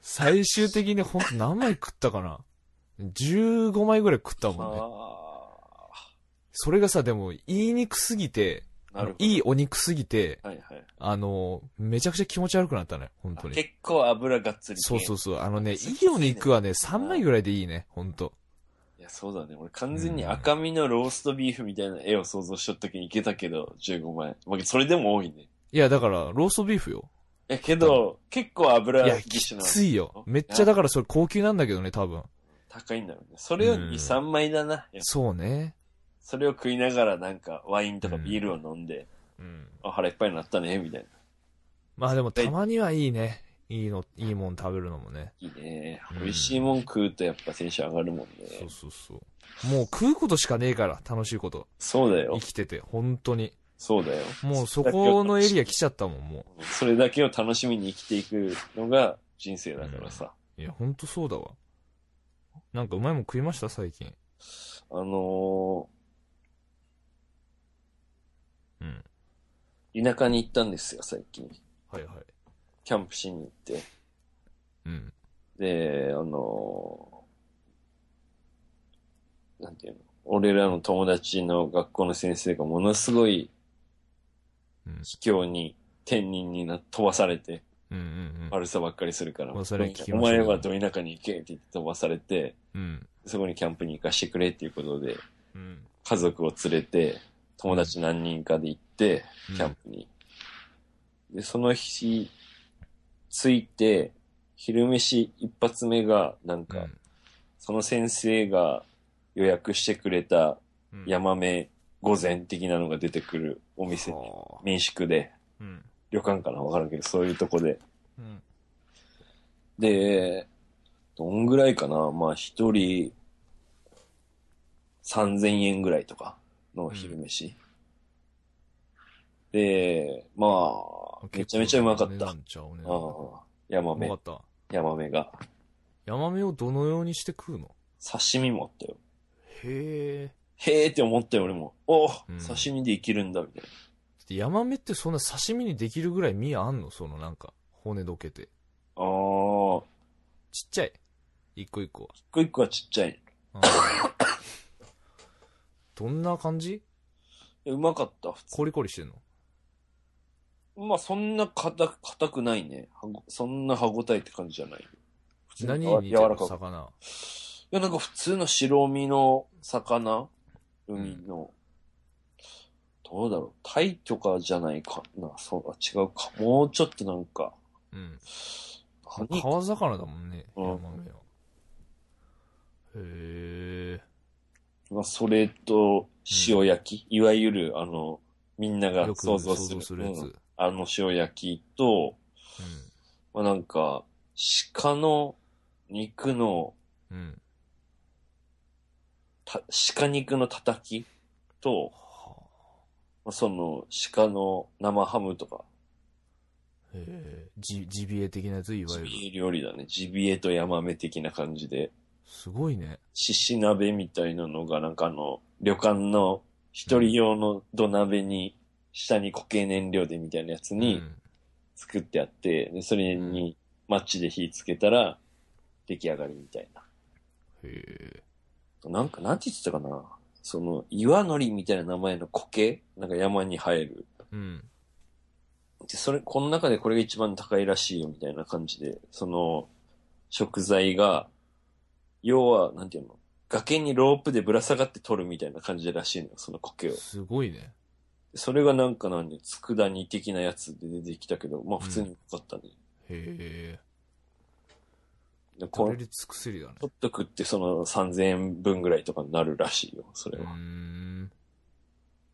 [SPEAKER 1] 最終的にほんと何枚食ったかな ?15 枚ぐらい食った
[SPEAKER 3] い。
[SPEAKER 1] もんね。
[SPEAKER 3] あ
[SPEAKER 1] それがさ、でも、言いにくすぎて、
[SPEAKER 3] あ。なるほど。
[SPEAKER 1] いいお肉すぎて、
[SPEAKER 3] はいはい。
[SPEAKER 1] あの、めちゃくちゃ気持ち悪くなったね、本当に。
[SPEAKER 3] 結構油がっつり系。
[SPEAKER 1] そうそうそう。あのね、い
[SPEAKER 3] そう
[SPEAKER 1] いお肉はね、3枚ぐらいでいいね、本当
[SPEAKER 3] いや、そうだね。俺完全に赤身のローストビーフみたいな絵を想像しとった時にいけたけど、15万円。まあ、それでも多いね。
[SPEAKER 1] いや、だから、ローストビーフよ。
[SPEAKER 3] え、けど、結構油
[SPEAKER 1] いや、
[SPEAKER 3] ぎっ
[SPEAKER 1] き
[SPEAKER 3] しりな
[SPEAKER 1] ついよ。めっちゃだからそれ高級なんだけどね、多分。
[SPEAKER 3] 高いんだろうね。それより
[SPEAKER 1] うん
[SPEAKER 3] 2、3枚だな。いや
[SPEAKER 1] そうね。
[SPEAKER 3] それを食いながらなんかワインとかビールを飲んで、
[SPEAKER 1] うん。
[SPEAKER 3] あ、腹いっぱいになったね、みたいな。
[SPEAKER 1] まあでもたまにはいいね。いいの、いいもん食べるのもね。
[SPEAKER 3] いいね
[SPEAKER 1] う。ん
[SPEAKER 3] 美味しいもん食うとやっぱテンション上がるもんね。
[SPEAKER 1] そうそうそう。もう食うことしかねえから、楽しいこと。
[SPEAKER 3] そうだよ
[SPEAKER 1] 生。きてて、本当に。
[SPEAKER 3] そうだよ。
[SPEAKER 1] もうそこのエリア来ちゃったもん、も
[SPEAKER 3] それだけを楽しみに生きていくのが人生だからさ。
[SPEAKER 1] う。いや、本当そうだわ。なんかうまいもん食いました、最近。
[SPEAKER 3] あの
[SPEAKER 1] うん。
[SPEAKER 3] ー、田舎に行ったんですよ、最近。
[SPEAKER 1] はいはい。
[SPEAKER 3] キャンプしに行って。
[SPEAKER 1] うん。
[SPEAKER 3] で、あのーなんていうの、俺らの友達の学校の先生がものすごい
[SPEAKER 1] うん。
[SPEAKER 3] 卑怯に天人にな飛ばされて、
[SPEAKER 1] うんうん
[SPEAKER 3] 悪さばっかりするから、
[SPEAKER 1] まあそれは聞きました
[SPEAKER 3] お
[SPEAKER 1] ね
[SPEAKER 3] 前はど田舎に行けって言って飛ばされて、
[SPEAKER 1] うん。うん。
[SPEAKER 3] そこにキャンプに行かしてくれっていうことで、
[SPEAKER 1] うん。
[SPEAKER 3] 家族を連れて、友達何人かで行って、
[SPEAKER 1] うん
[SPEAKER 3] キャンプに。で、その日、着いて、昼飯一発目が、なん
[SPEAKER 1] う
[SPEAKER 3] か、
[SPEAKER 1] ん。
[SPEAKER 3] その先生が予約してくれた
[SPEAKER 1] うん。
[SPEAKER 3] ヤマメ御前的なのが出てくるお店、
[SPEAKER 1] はあ
[SPEAKER 3] 民宿で、
[SPEAKER 1] うん。
[SPEAKER 3] 旅館かなわからんけど、そういうとこで。
[SPEAKER 1] うん。
[SPEAKER 3] で、どんぐらいかなまあ一人3000円ぐらいとかの昼飯。で、まあ、めちゃめちゃうまかった。あ
[SPEAKER 1] ちゃうね。
[SPEAKER 3] あ、ヤマ
[SPEAKER 1] うまか
[SPEAKER 3] メ
[SPEAKER 1] っ、た。
[SPEAKER 3] ヤマメが。
[SPEAKER 1] ヤマメをどのようにして食うの
[SPEAKER 3] 刺身もあったよ。
[SPEAKER 1] へえ。
[SPEAKER 3] へえって思ったよ、俺も。おお、
[SPEAKER 1] うん
[SPEAKER 3] 刺身で生きるんだ、みたいな。
[SPEAKER 1] ヤマメってそんな刺身にできるぐらい身あんのそのなんか、骨どけて。
[SPEAKER 3] ああ、
[SPEAKER 1] ちっちゃい。一個一個
[SPEAKER 3] 一個一個はちっちゃい。
[SPEAKER 1] は。うん (coughs) どんな感じ
[SPEAKER 3] うまかった、普通。
[SPEAKER 1] コリコリしてんの
[SPEAKER 3] まあ、そんな硬く、硬くないね。はごそんな歯応えって感じじゃない。普通
[SPEAKER 1] 何
[SPEAKER 3] に
[SPEAKER 1] に似
[SPEAKER 3] 柔
[SPEAKER 1] てる
[SPEAKER 3] らかく。い
[SPEAKER 1] 魚。
[SPEAKER 3] や、なんか普通の白身の魚海の、どうだろう。タイとかじゃないかな。そう、あ、違うか。もうちょっとなんか、
[SPEAKER 1] うん。
[SPEAKER 3] 何
[SPEAKER 1] 川魚だもんね、ヤ
[SPEAKER 3] うん
[SPEAKER 1] マメは。へえ。
[SPEAKER 3] まあ、それと、塩焼き、いわゆる、あの、みんなが
[SPEAKER 1] よく
[SPEAKER 3] 想
[SPEAKER 1] 想
[SPEAKER 3] 像
[SPEAKER 1] 像
[SPEAKER 3] する。
[SPEAKER 1] するやつ。
[SPEAKER 3] う
[SPEAKER 1] うん
[SPEAKER 3] んあの塩焼きと、まあ、なんか、鹿の肉の、
[SPEAKER 1] うん。
[SPEAKER 3] た鹿肉のたたきと、
[SPEAKER 1] は
[SPEAKER 3] まあその鹿の生ハムとか、
[SPEAKER 1] あへえジジビエ的なやついわ
[SPEAKER 3] ジ
[SPEAKER 1] ゆる
[SPEAKER 3] ビエ料理だね。ジビエとヤマメ的な感じで、
[SPEAKER 1] すごいね
[SPEAKER 3] 獅子鍋みたいなのがなんかあの、旅館の一人用の土鍋に、下に固形燃料でみたいなやつに
[SPEAKER 1] うん
[SPEAKER 3] 作ってあって、でそれにマッチで火つけたら出来上がりみたいな。
[SPEAKER 1] へえ
[SPEAKER 3] なんか、なんて言ってたかなその、岩のりみたいな名前の苔なんか山に生える。
[SPEAKER 1] うん
[SPEAKER 3] で、それ、この中でこれが一番高いらしいよみたいな感じで、その、食材が、要は、なんていうの崖にロープでぶら下がって取るみたいな感じらしいのよ、その苔を。
[SPEAKER 1] すごいね
[SPEAKER 3] それがなんかなんで、佃煮的なやつで出てきたけど、まあ普通に良かったね。
[SPEAKER 1] へえ
[SPEAKER 3] でこ
[SPEAKER 1] 食
[SPEAKER 3] れ
[SPEAKER 1] べ、れ尽くせりだね
[SPEAKER 3] 取っとくってその3000円分ぐらいとかになるらしいよ、そうれ
[SPEAKER 1] ー
[SPEAKER 3] は。
[SPEAKER 1] ん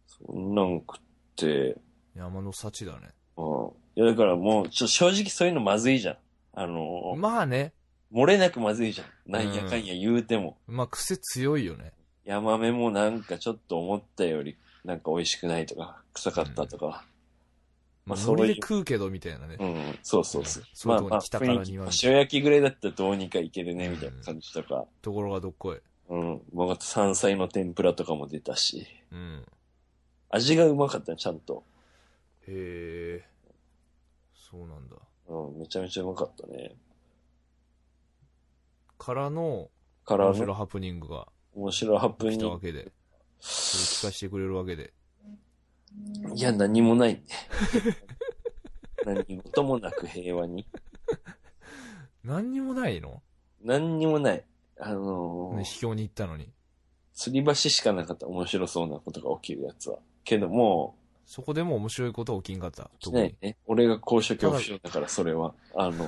[SPEAKER 3] そんなん食って、
[SPEAKER 1] 山の幸だね
[SPEAKER 3] うんいや、だからもう、ちょ、正直そういうのまずいじゃん。あの、
[SPEAKER 1] まあね
[SPEAKER 3] 漏れなくまずいじゃん。なんや
[SPEAKER 1] うん
[SPEAKER 3] かんや言うても。
[SPEAKER 1] まあ癖強いよね
[SPEAKER 3] ヤマメもなんかちょっと思ったより、なんか美味しくないとか、臭かったとか。
[SPEAKER 1] ま
[SPEAKER 3] まあ
[SPEAKER 1] あ
[SPEAKER 3] そう
[SPEAKER 1] そ
[SPEAKER 3] いう
[SPEAKER 1] れで食うけどみたいなね
[SPEAKER 3] うん、そうそうそう。
[SPEAKER 1] そういうとこに
[SPEAKER 3] まあまあ、
[SPEAKER 1] 来たからにはみたい
[SPEAKER 3] 雰囲気
[SPEAKER 1] な
[SPEAKER 3] 塩焼きぐらいだったらどうにかいけるね、みたいな感じとか。
[SPEAKER 1] ところがどっこい
[SPEAKER 3] うん。もう山菜の天ぷらとかも出たし。
[SPEAKER 1] うん
[SPEAKER 3] 味がうまかったね、ちゃんと。
[SPEAKER 1] へえそうなんだ
[SPEAKER 3] うん、めちゃめちゃうまかったね。
[SPEAKER 1] からの
[SPEAKER 3] から
[SPEAKER 1] 面白
[SPEAKER 3] の
[SPEAKER 1] ハプニングが
[SPEAKER 3] 面白いハプニ
[SPEAKER 1] 来
[SPEAKER 3] ン
[SPEAKER 1] た
[SPEAKER 3] グ
[SPEAKER 1] わ。けでそれ聞かせてくれるわけで
[SPEAKER 3] いや、何もないね。何事もなく平和に。
[SPEAKER 1] 何にもないの、
[SPEAKER 3] 何にもない。あのー
[SPEAKER 1] ね、秘境に行ったのに
[SPEAKER 3] 吊り橋しかなかった面白そうなことが起きるやつは。けども
[SPEAKER 1] そこでも面白いことは起きんかった
[SPEAKER 3] う、し
[SPEAKER 1] 特
[SPEAKER 3] な
[SPEAKER 1] に
[SPEAKER 3] いね。俺が高所恐怖症だから、それは。あの、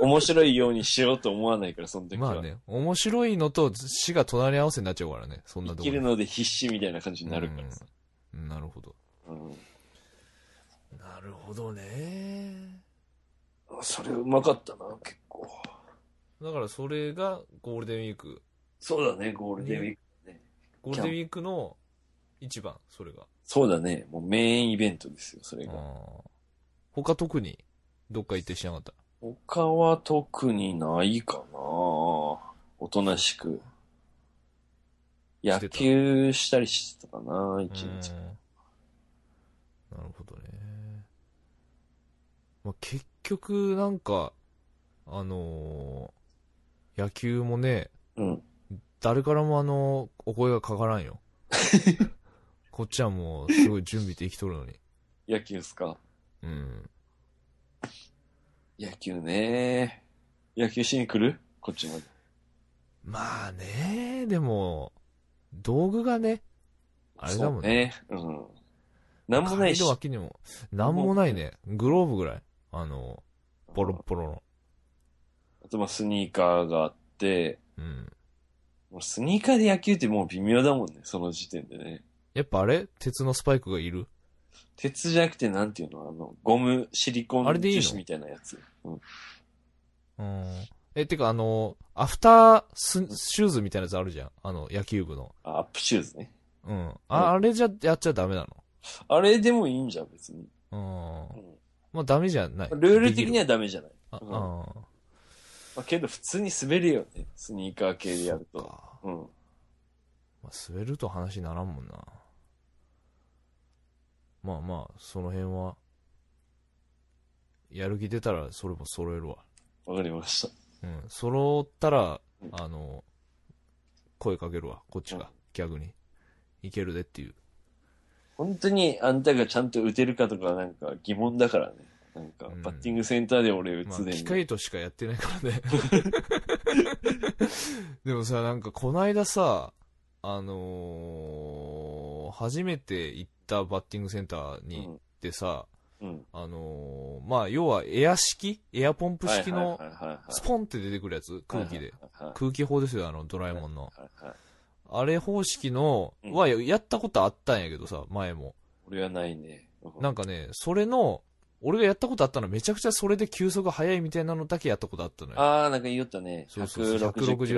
[SPEAKER 3] 面白いようにしようと思わないから、その時は。
[SPEAKER 1] まあね面白いのと死が隣り合わせになっちゃうからねそんな
[SPEAKER 3] 生
[SPEAKER 1] とこ
[SPEAKER 3] き
[SPEAKER 1] ろ
[SPEAKER 3] るので必死みたいな感じになるからさ。
[SPEAKER 1] うんなるほど
[SPEAKER 3] うん。
[SPEAKER 1] なるほどね
[SPEAKER 3] それうまかったな、結構。
[SPEAKER 1] だからそれがゴールデンウィーク
[SPEAKER 3] そうだね、ゴールデンウィーク。
[SPEAKER 1] ゴールデンウィークの一番それが
[SPEAKER 3] そうだね、もうメインイベントですよ、それが。
[SPEAKER 1] あー他特にどっか行ってしなかった
[SPEAKER 3] 他は特にないかなおとなしく。野
[SPEAKER 1] してた
[SPEAKER 3] 球したりしてたかな一
[SPEAKER 1] うん
[SPEAKER 3] 日。
[SPEAKER 1] なるほどね、まあ、結局なんかあのー野球もね
[SPEAKER 3] うん。
[SPEAKER 1] 誰からもあのお声がかから
[SPEAKER 3] (laughs)
[SPEAKER 1] んよこっちはもうすごい準備できとるのに
[SPEAKER 3] 野球っすか
[SPEAKER 1] うん
[SPEAKER 3] 野球ね野球しに来るこっちまで。
[SPEAKER 1] まあねでも道具がねあれだもんね
[SPEAKER 3] そうね。うん。なんもない
[SPEAKER 1] 借り
[SPEAKER 3] し
[SPEAKER 1] る、わけにもなんもないねグローブぐらいあのボロッボロの
[SPEAKER 3] あとまあスニーカーがあって、
[SPEAKER 1] うん
[SPEAKER 3] もうスニーカーで野球ってもう微妙だもんね、その時点でね。
[SPEAKER 1] やっぱあれ鉄のスパイクがいる
[SPEAKER 3] 鉄じゃなくてなんていうのあの、ゴム、シリコン
[SPEAKER 1] あれでいいの
[SPEAKER 3] 樹脂みたいなやつ。うん。
[SPEAKER 1] うん。え、てかあの、アフタースシューズみたいなやつあるじゃん。あの、野球部の。
[SPEAKER 3] あアップシューズね。
[SPEAKER 1] うん。あ,、あれじゃ、やっちゃダメな
[SPEAKER 3] あれでもいいんじゃん、別に。
[SPEAKER 1] の。う。
[SPEAKER 3] うんん
[SPEAKER 1] まあ、ダメじゃない。
[SPEAKER 3] ルール的には
[SPEAKER 1] で
[SPEAKER 3] ダメじゃない。
[SPEAKER 1] きる
[SPEAKER 3] うん
[SPEAKER 1] わ。あ、
[SPEAKER 3] まあ、けど普通に滑るよね。スニーカー
[SPEAKER 1] う
[SPEAKER 3] 系
[SPEAKER 1] ん。
[SPEAKER 3] でやる
[SPEAKER 1] そっ
[SPEAKER 3] と。
[SPEAKER 1] か
[SPEAKER 3] うん。
[SPEAKER 1] まあ、滑ると話にならんもんな。まあまあ、その辺は、やる気出たらそれも揃えるわ。
[SPEAKER 3] わかりました。
[SPEAKER 1] うん。揃ったら
[SPEAKER 3] うん、
[SPEAKER 1] あの、声かけるわ。こっち
[SPEAKER 3] うん
[SPEAKER 1] が。逆に。いけるでっていう。
[SPEAKER 3] 本当にあんたがちゃんと打てるかとかなんか疑問だからね。なんか
[SPEAKER 1] うん、
[SPEAKER 3] バッティングセンターで俺打
[SPEAKER 1] ま
[SPEAKER 3] つ
[SPEAKER 1] あ、
[SPEAKER 3] で、
[SPEAKER 1] 機械としかやってないからね (laughs) でもさなんかこないださあのー初めて行ったバッティングセンターに行ってさ、
[SPEAKER 3] うん。うん。
[SPEAKER 1] あのーまあ要はエア式エアポンプ式の
[SPEAKER 3] はいはいはいはいはい
[SPEAKER 1] スポンって出てくるやつ空気で。
[SPEAKER 3] はい
[SPEAKER 1] 空気砲ですよあのドラえもんの
[SPEAKER 3] はいはい。
[SPEAKER 1] あれ方式の
[SPEAKER 3] うん
[SPEAKER 1] はやったことあったんやけどさ前も
[SPEAKER 3] 俺はないね。うん
[SPEAKER 1] なんかねそれの俺がやったことあったのはめちゃくちゃそれで球速速いみたいなのだけやったことあったのよ
[SPEAKER 3] あー、なんか言おったね。
[SPEAKER 1] そうそうそう
[SPEAKER 3] 163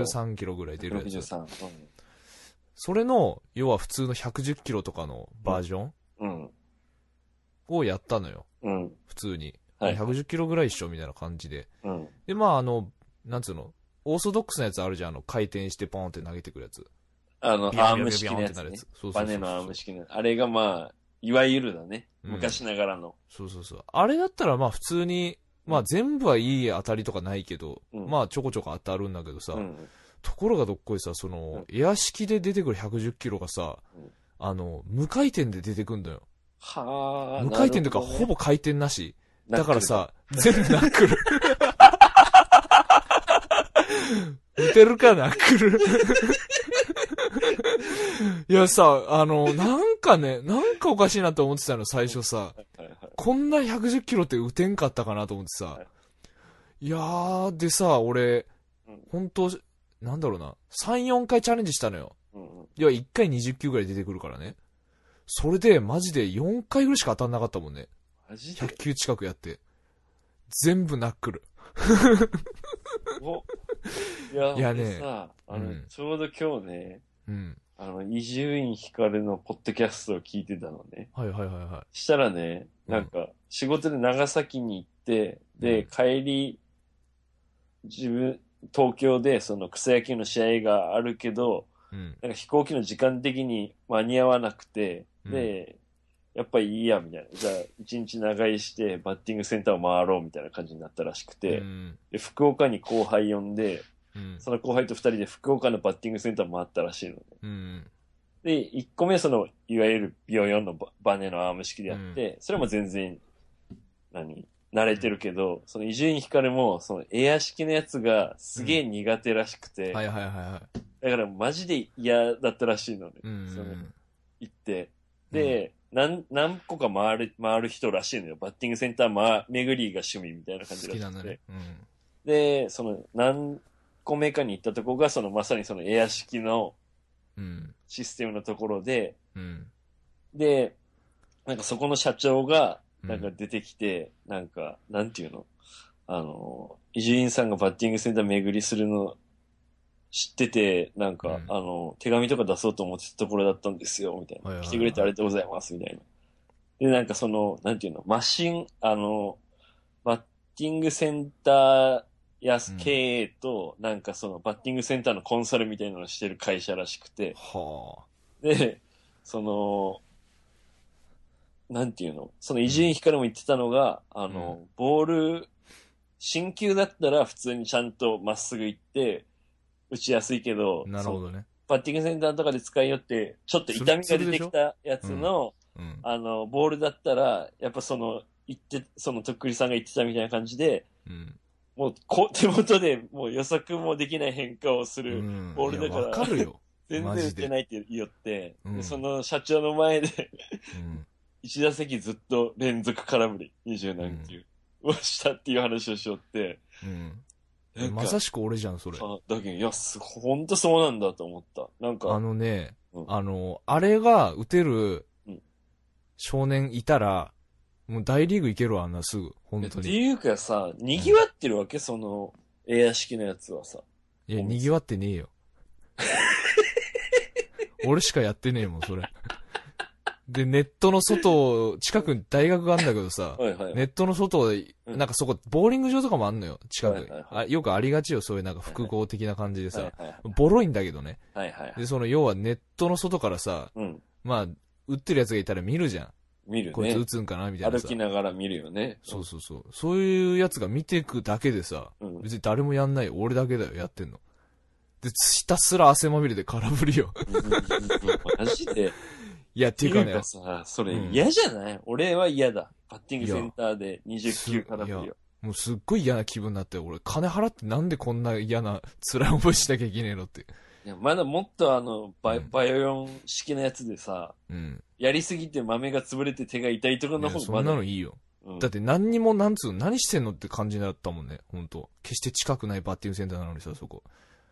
[SPEAKER 1] 163キロぐらい出るやつ
[SPEAKER 3] 163。
[SPEAKER 1] それの、要は普通の110キロとかのバージョン
[SPEAKER 3] うん。
[SPEAKER 1] をやったのよ。
[SPEAKER 3] うん。
[SPEAKER 1] 普通に。
[SPEAKER 3] はい。
[SPEAKER 1] 110キロぐらいっしょみたいな感じで。
[SPEAKER 3] うん。
[SPEAKER 1] で、まあ、あの、なんつうの、オーソドックスなやつあるじゃん。あの、回転してポーンって投げてくるやつ。
[SPEAKER 3] あの、
[SPEAKER 1] ビ
[SPEAKER 3] ア
[SPEAKER 1] ャン
[SPEAKER 3] ー
[SPEAKER 1] ビャンビャン
[SPEAKER 3] ム
[SPEAKER 1] ビ
[SPEAKER 3] 式
[SPEAKER 1] ャン
[SPEAKER 3] のや
[SPEAKER 1] って
[SPEAKER 3] つ
[SPEAKER 1] なる
[SPEAKER 3] ね
[SPEAKER 1] や。つ。そうそうそう
[SPEAKER 3] バネのアーム式の。あれがまあ、いわゆるだね。
[SPEAKER 1] うん
[SPEAKER 3] 昔ながらの。
[SPEAKER 1] そうそうそう。あれだったらまあ普通に、まあ全部はいい当たりとかないけど、
[SPEAKER 3] うん
[SPEAKER 1] まあちょこちょこ当たるんだけどさ、
[SPEAKER 3] うん。
[SPEAKER 1] ところがどっこいさ、その、エア式で出てくる110キロがさ、
[SPEAKER 3] うん
[SPEAKER 1] あの、無回転で出てくんだよ。
[SPEAKER 3] はあ。
[SPEAKER 1] 無回転というか
[SPEAKER 3] なる
[SPEAKER 1] ほ
[SPEAKER 3] どね
[SPEAKER 1] ぼ回転なし。
[SPEAKER 3] ナックル
[SPEAKER 1] だからさ、全部ナックル。打てるか、ナックル。いやさ、あの、なんかね、なんかおかしいなと思ってたの、最初さ。
[SPEAKER 3] はいはい
[SPEAKER 1] こんな110キロって打てんかったかなと思ってさ
[SPEAKER 3] は。
[SPEAKER 1] いやー、でさ、俺
[SPEAKER 3] うん、
[SPEAKER 1] 本当なんだろうな、3、4回チャレンジしたのよ。
[SPEAKER 3] うんうん
[SPEAKER 1] いや、1回20球ぐらい出てくるからね。それで、マジで4回ぐらいしか当たんなかったもんね。
[SPEAKER 3] マジで
[SPEAKER 1] 100球近くやって。全部ナックル。
[SPEAKER 3] おいや、
[SPEAKER 1] (laughs) いやね
[SPEAKER 3] 俺さ、あの、
[SPEAKER 1] うん
[SPEAKER 3] ちょうど今日ね、
[SPEAKER 1] うん。
[SPEAKER 3] あの、伊集院光のポッドキャストを聞いてたのね。
[SPEAKER 1] はいはいはいは
[SPEAKER 3] したらね、なんか、仕事で長崎に行って、で、帰り、自分、東京でその草野球の試合があるけど、
[SPEAKER 1] い。うん。
[SPEAKER 3] なんか飛行機の時間的に間に合わなくて、で、やっぱいいや、みたいな。じゃあ、一日長居して、バッティングセンターを回ろう、みたいな感じになったらしくて、
[SPEAKER 1] うん。
[SPEAKER 3] で福岡に後輩呼んで、
[SPEAKER 1] うん。
[SPEAKER 3] その後輩と二人で福岡のバッティングセンター回ったらしいのね。
[SPEAKER 1] うん。
[SPEAKER 3] で、一個目はその、いわゆるビヨヨンのババネのアーム式でやって、それも全然、何慣れてるけど、その伊集院光も、そのエア式のやつがすげえ苦手らしくて、
[SPEAKER 1] はいはいはいは
[SPEAKER 3] だからマジで嫌だったらしいのね、
[SPEAKER 1] い。うん。
[SPEAKER 3] その行って。で、なん、何個か回る、回る人らしいのよ。バッティングセンター回、巡りが趣味みたいな感
[SPEAKER 1] 好
[SPEAKER 3] じらし
[SPEAKER 1] きな
[SPEAKER 3] く
[SPEAKER 1] んだ
[SPEAKER 3] て
[SPEAKER 1] ね。。うん。
[SPEAKER 3] で、その何個目かに行ったとこが、そのまさにそのエア式の
[SPEAKER 1] うん。
[SPEAKER 3] システムのところで、
[SPEAKER 1] うん。
[SPEAKER 3] で、なんかそこの社長が、
[SPEAKER 1] うん
[SPEAKER 3] なんか出てきて、なんか、なんていうのあの、伊集院さんがバッティングセンター巡りするの知ってて、なんか、
[SPEAKER 1] うん
[SPEAKER 3] あの、手紙とか出そうと思ってたところだったんですよ、みたい
[SPEAKER 1] はい
[SPEAKER 3] な。
[SPEAKER 1] はいはい
[SPEAKER 3] 来てくれてありがとうございます、みたいな。で、なんかその、なんていうのマシン、あの、バッティングセンターや
[SPEAKER 1] うん
[SPEAKER 3] 経営と、なんかその、バッティングセンターのコンサルみたいなのをしてる会社らしくて、
[SPEAKER 1] はあ。
[SPEAKER 3] で、その、なんていうのその伊集院光も言ってたのが、あの、ボール、新球だったら普通にちゃんとまっすぐ行って、打ちやすいけど、
[SPEAKER 1] なる
[SPEAKER 3] そ
[SPEAKER 1] ほど
[SPEAKER 3] の
[SPEAKER 1] ね。
[SPEAKER 3] バッティングセンターとかで使いよって、ちょっと痛みが出てきたやつ
[SPEAKER 1] ツルツルでし
[SPEAKER 3] の、
[SPEAKER 1] うん。
[SPEAKER 3] あの、ボールだったら、やっぱその、言って、そのとっくりさんが言ってたみたいな感じで、
[SPEAKER 1] うん。
[SPEAKER 3] もうこ手元でもう予測もできない変化をす
[SPEAKER 1] う
[SPEAKER 3] る、
[SPEAKER 1] ん。
[SPEAKER 3] ボールだから
[SPEAKER 1] いやわかる
[SPEAKER 3] (laughs)
[SPEAKER 1] よ。
[SPEAKER 3] 全然
[SPEAKER 1] マ
[SPEAKER 3] 打
[SPEAKER 1] ジで
[SPEAKER 3] てないって言って、
[SPEAKER 1] うん
[SPEAKER 3] でその社長の前で、
[SPEAKER 1] うん。
[SPEAKER 3] 一打席ずっと連続空振り、二十何球をしたっていう話をしよって、
[SPEAKER 1] うん。
[SPEAKER 3] なんか
[SPEAKER 1] まさしく俺じゃん、それ。
[SPEAKER 3] あだけど、いや、すほんとそうなんだと思った。なん
[SPEAKER 1] あ
[SPEAKER 3] か、
[SPEAKER 1] のね、
[SPEAKER 3] うん
[SPEAKER 1] あの、あれが打てる
[SPEAKER 3] うん
[SPEAKER 1] 少年いたら、もう大リーグいけるわ、あんなすぐ。本
[SPEAKER 3] って
[SPEAKER 1] 当に。
[SPEAKER 3] いうかさ、賑わってるわけ、その、エア式のやつはさ。
[SPEAKER 1] いや、賑わってね
[SPEAKER 3] (laughs)
[SPEAKER 1] えよ。俺しかやってねえもん、それ。で、ネットの外を、近くに大学があるんだけどさ、
[SPEAKER 3] はいはい。
[SPEAKER 1] ネットの外で、
[SPEAKER 3] うん
[SPEAKER 1] なんかそこ、ボーリング場とかもあんのよ、近くに
[SPEAKER 3] はいはいは
[SPEAKER 1] あ。よくありがちよ、そういうなんか複合的な感じで
[SPEAKER 3] はい
[SPEAKER 1] さ。
[SPEAKER 3] はい
[SPEAKER 1] ボロいんだけどね。
[SPEAKER 3] はいはい。
[SPEAKER 1] で、その、要はネットの外からさ、
[SPEAKER 3] うん。
[SPEAKER 1] まあ、打ってるやつがいたら見るじゃん。
[SPEAKER 3] 見る
[SPEAKER 1] こいつ
[SPEAKER 3] ね
[SPEAKER 1] 打。つんかなみたいな
[SPEAKER 3] 歩
[SPEAKER 1] さ
[SPEAKER 3] き。ながら見るよね。
[SPEAKER 1] そうそうそう。そういうやつが見ていくだけでさ、
[SPEAKER 3] うん。
[SPEAKER 1] 別に誰もやんないよ。俺だけだよ、やってんの。で、ひたすら汗まみれで空振りよ。
[SPEAKER 3] マジで。
[SPEAKER 1] (laughs) いや、て
[SPEAKER 3] て
[SPEAKER 1] いう
[SPEAKER 3] い
[SPEAKER 1] か
[SPEAKER 3] う
[SPEAKER 1] ね
[SPEAKER 3] か、さ、それ
[SPEAKER 1] うん
[SPEAKER 3] 嫌じゃない、俺は嫌だ。バッティングセンターで29から振
[SPEAKER 1] い
[SPEAKER 3] り
[SPEAKER 1] や
[SPEAKER 3] を。
[SPEAKER 1] もうすっごい嫌な気分になって、俺、金払ってなんでこんな嫌な、辛い思いしなきゃいけねえのって。
[SPEAKER 3] いや、まだもっとあの、バイ
[SPEAKER 1] うん
[SPEAKER 3] バイオヨン式のやつでさ、
[SPEAKER 1] うん。
[SPEAKER 3] やりすぎて豆が潰れて手が痛いとか
[SPEAKER 1] い
[SPEAKER 3] の
[SPEAKER 1] や
[SPEAKER 3] 方
[SPEAKER 1] そ
[SPEAKER 3] が
[SPEAKER 1] ん
[SPEAKER 3] ま
[SPEAKER 1] な
[SPEAKER 3] だ
[SPEAKER 1] の。いいよ。
[SPEAKER 3] うん
[SPEAKER 1] だって何にも、なんつうの、何してんのって感じだったもんね、本当決して近くないバッティングセンターなのにさ、そこ。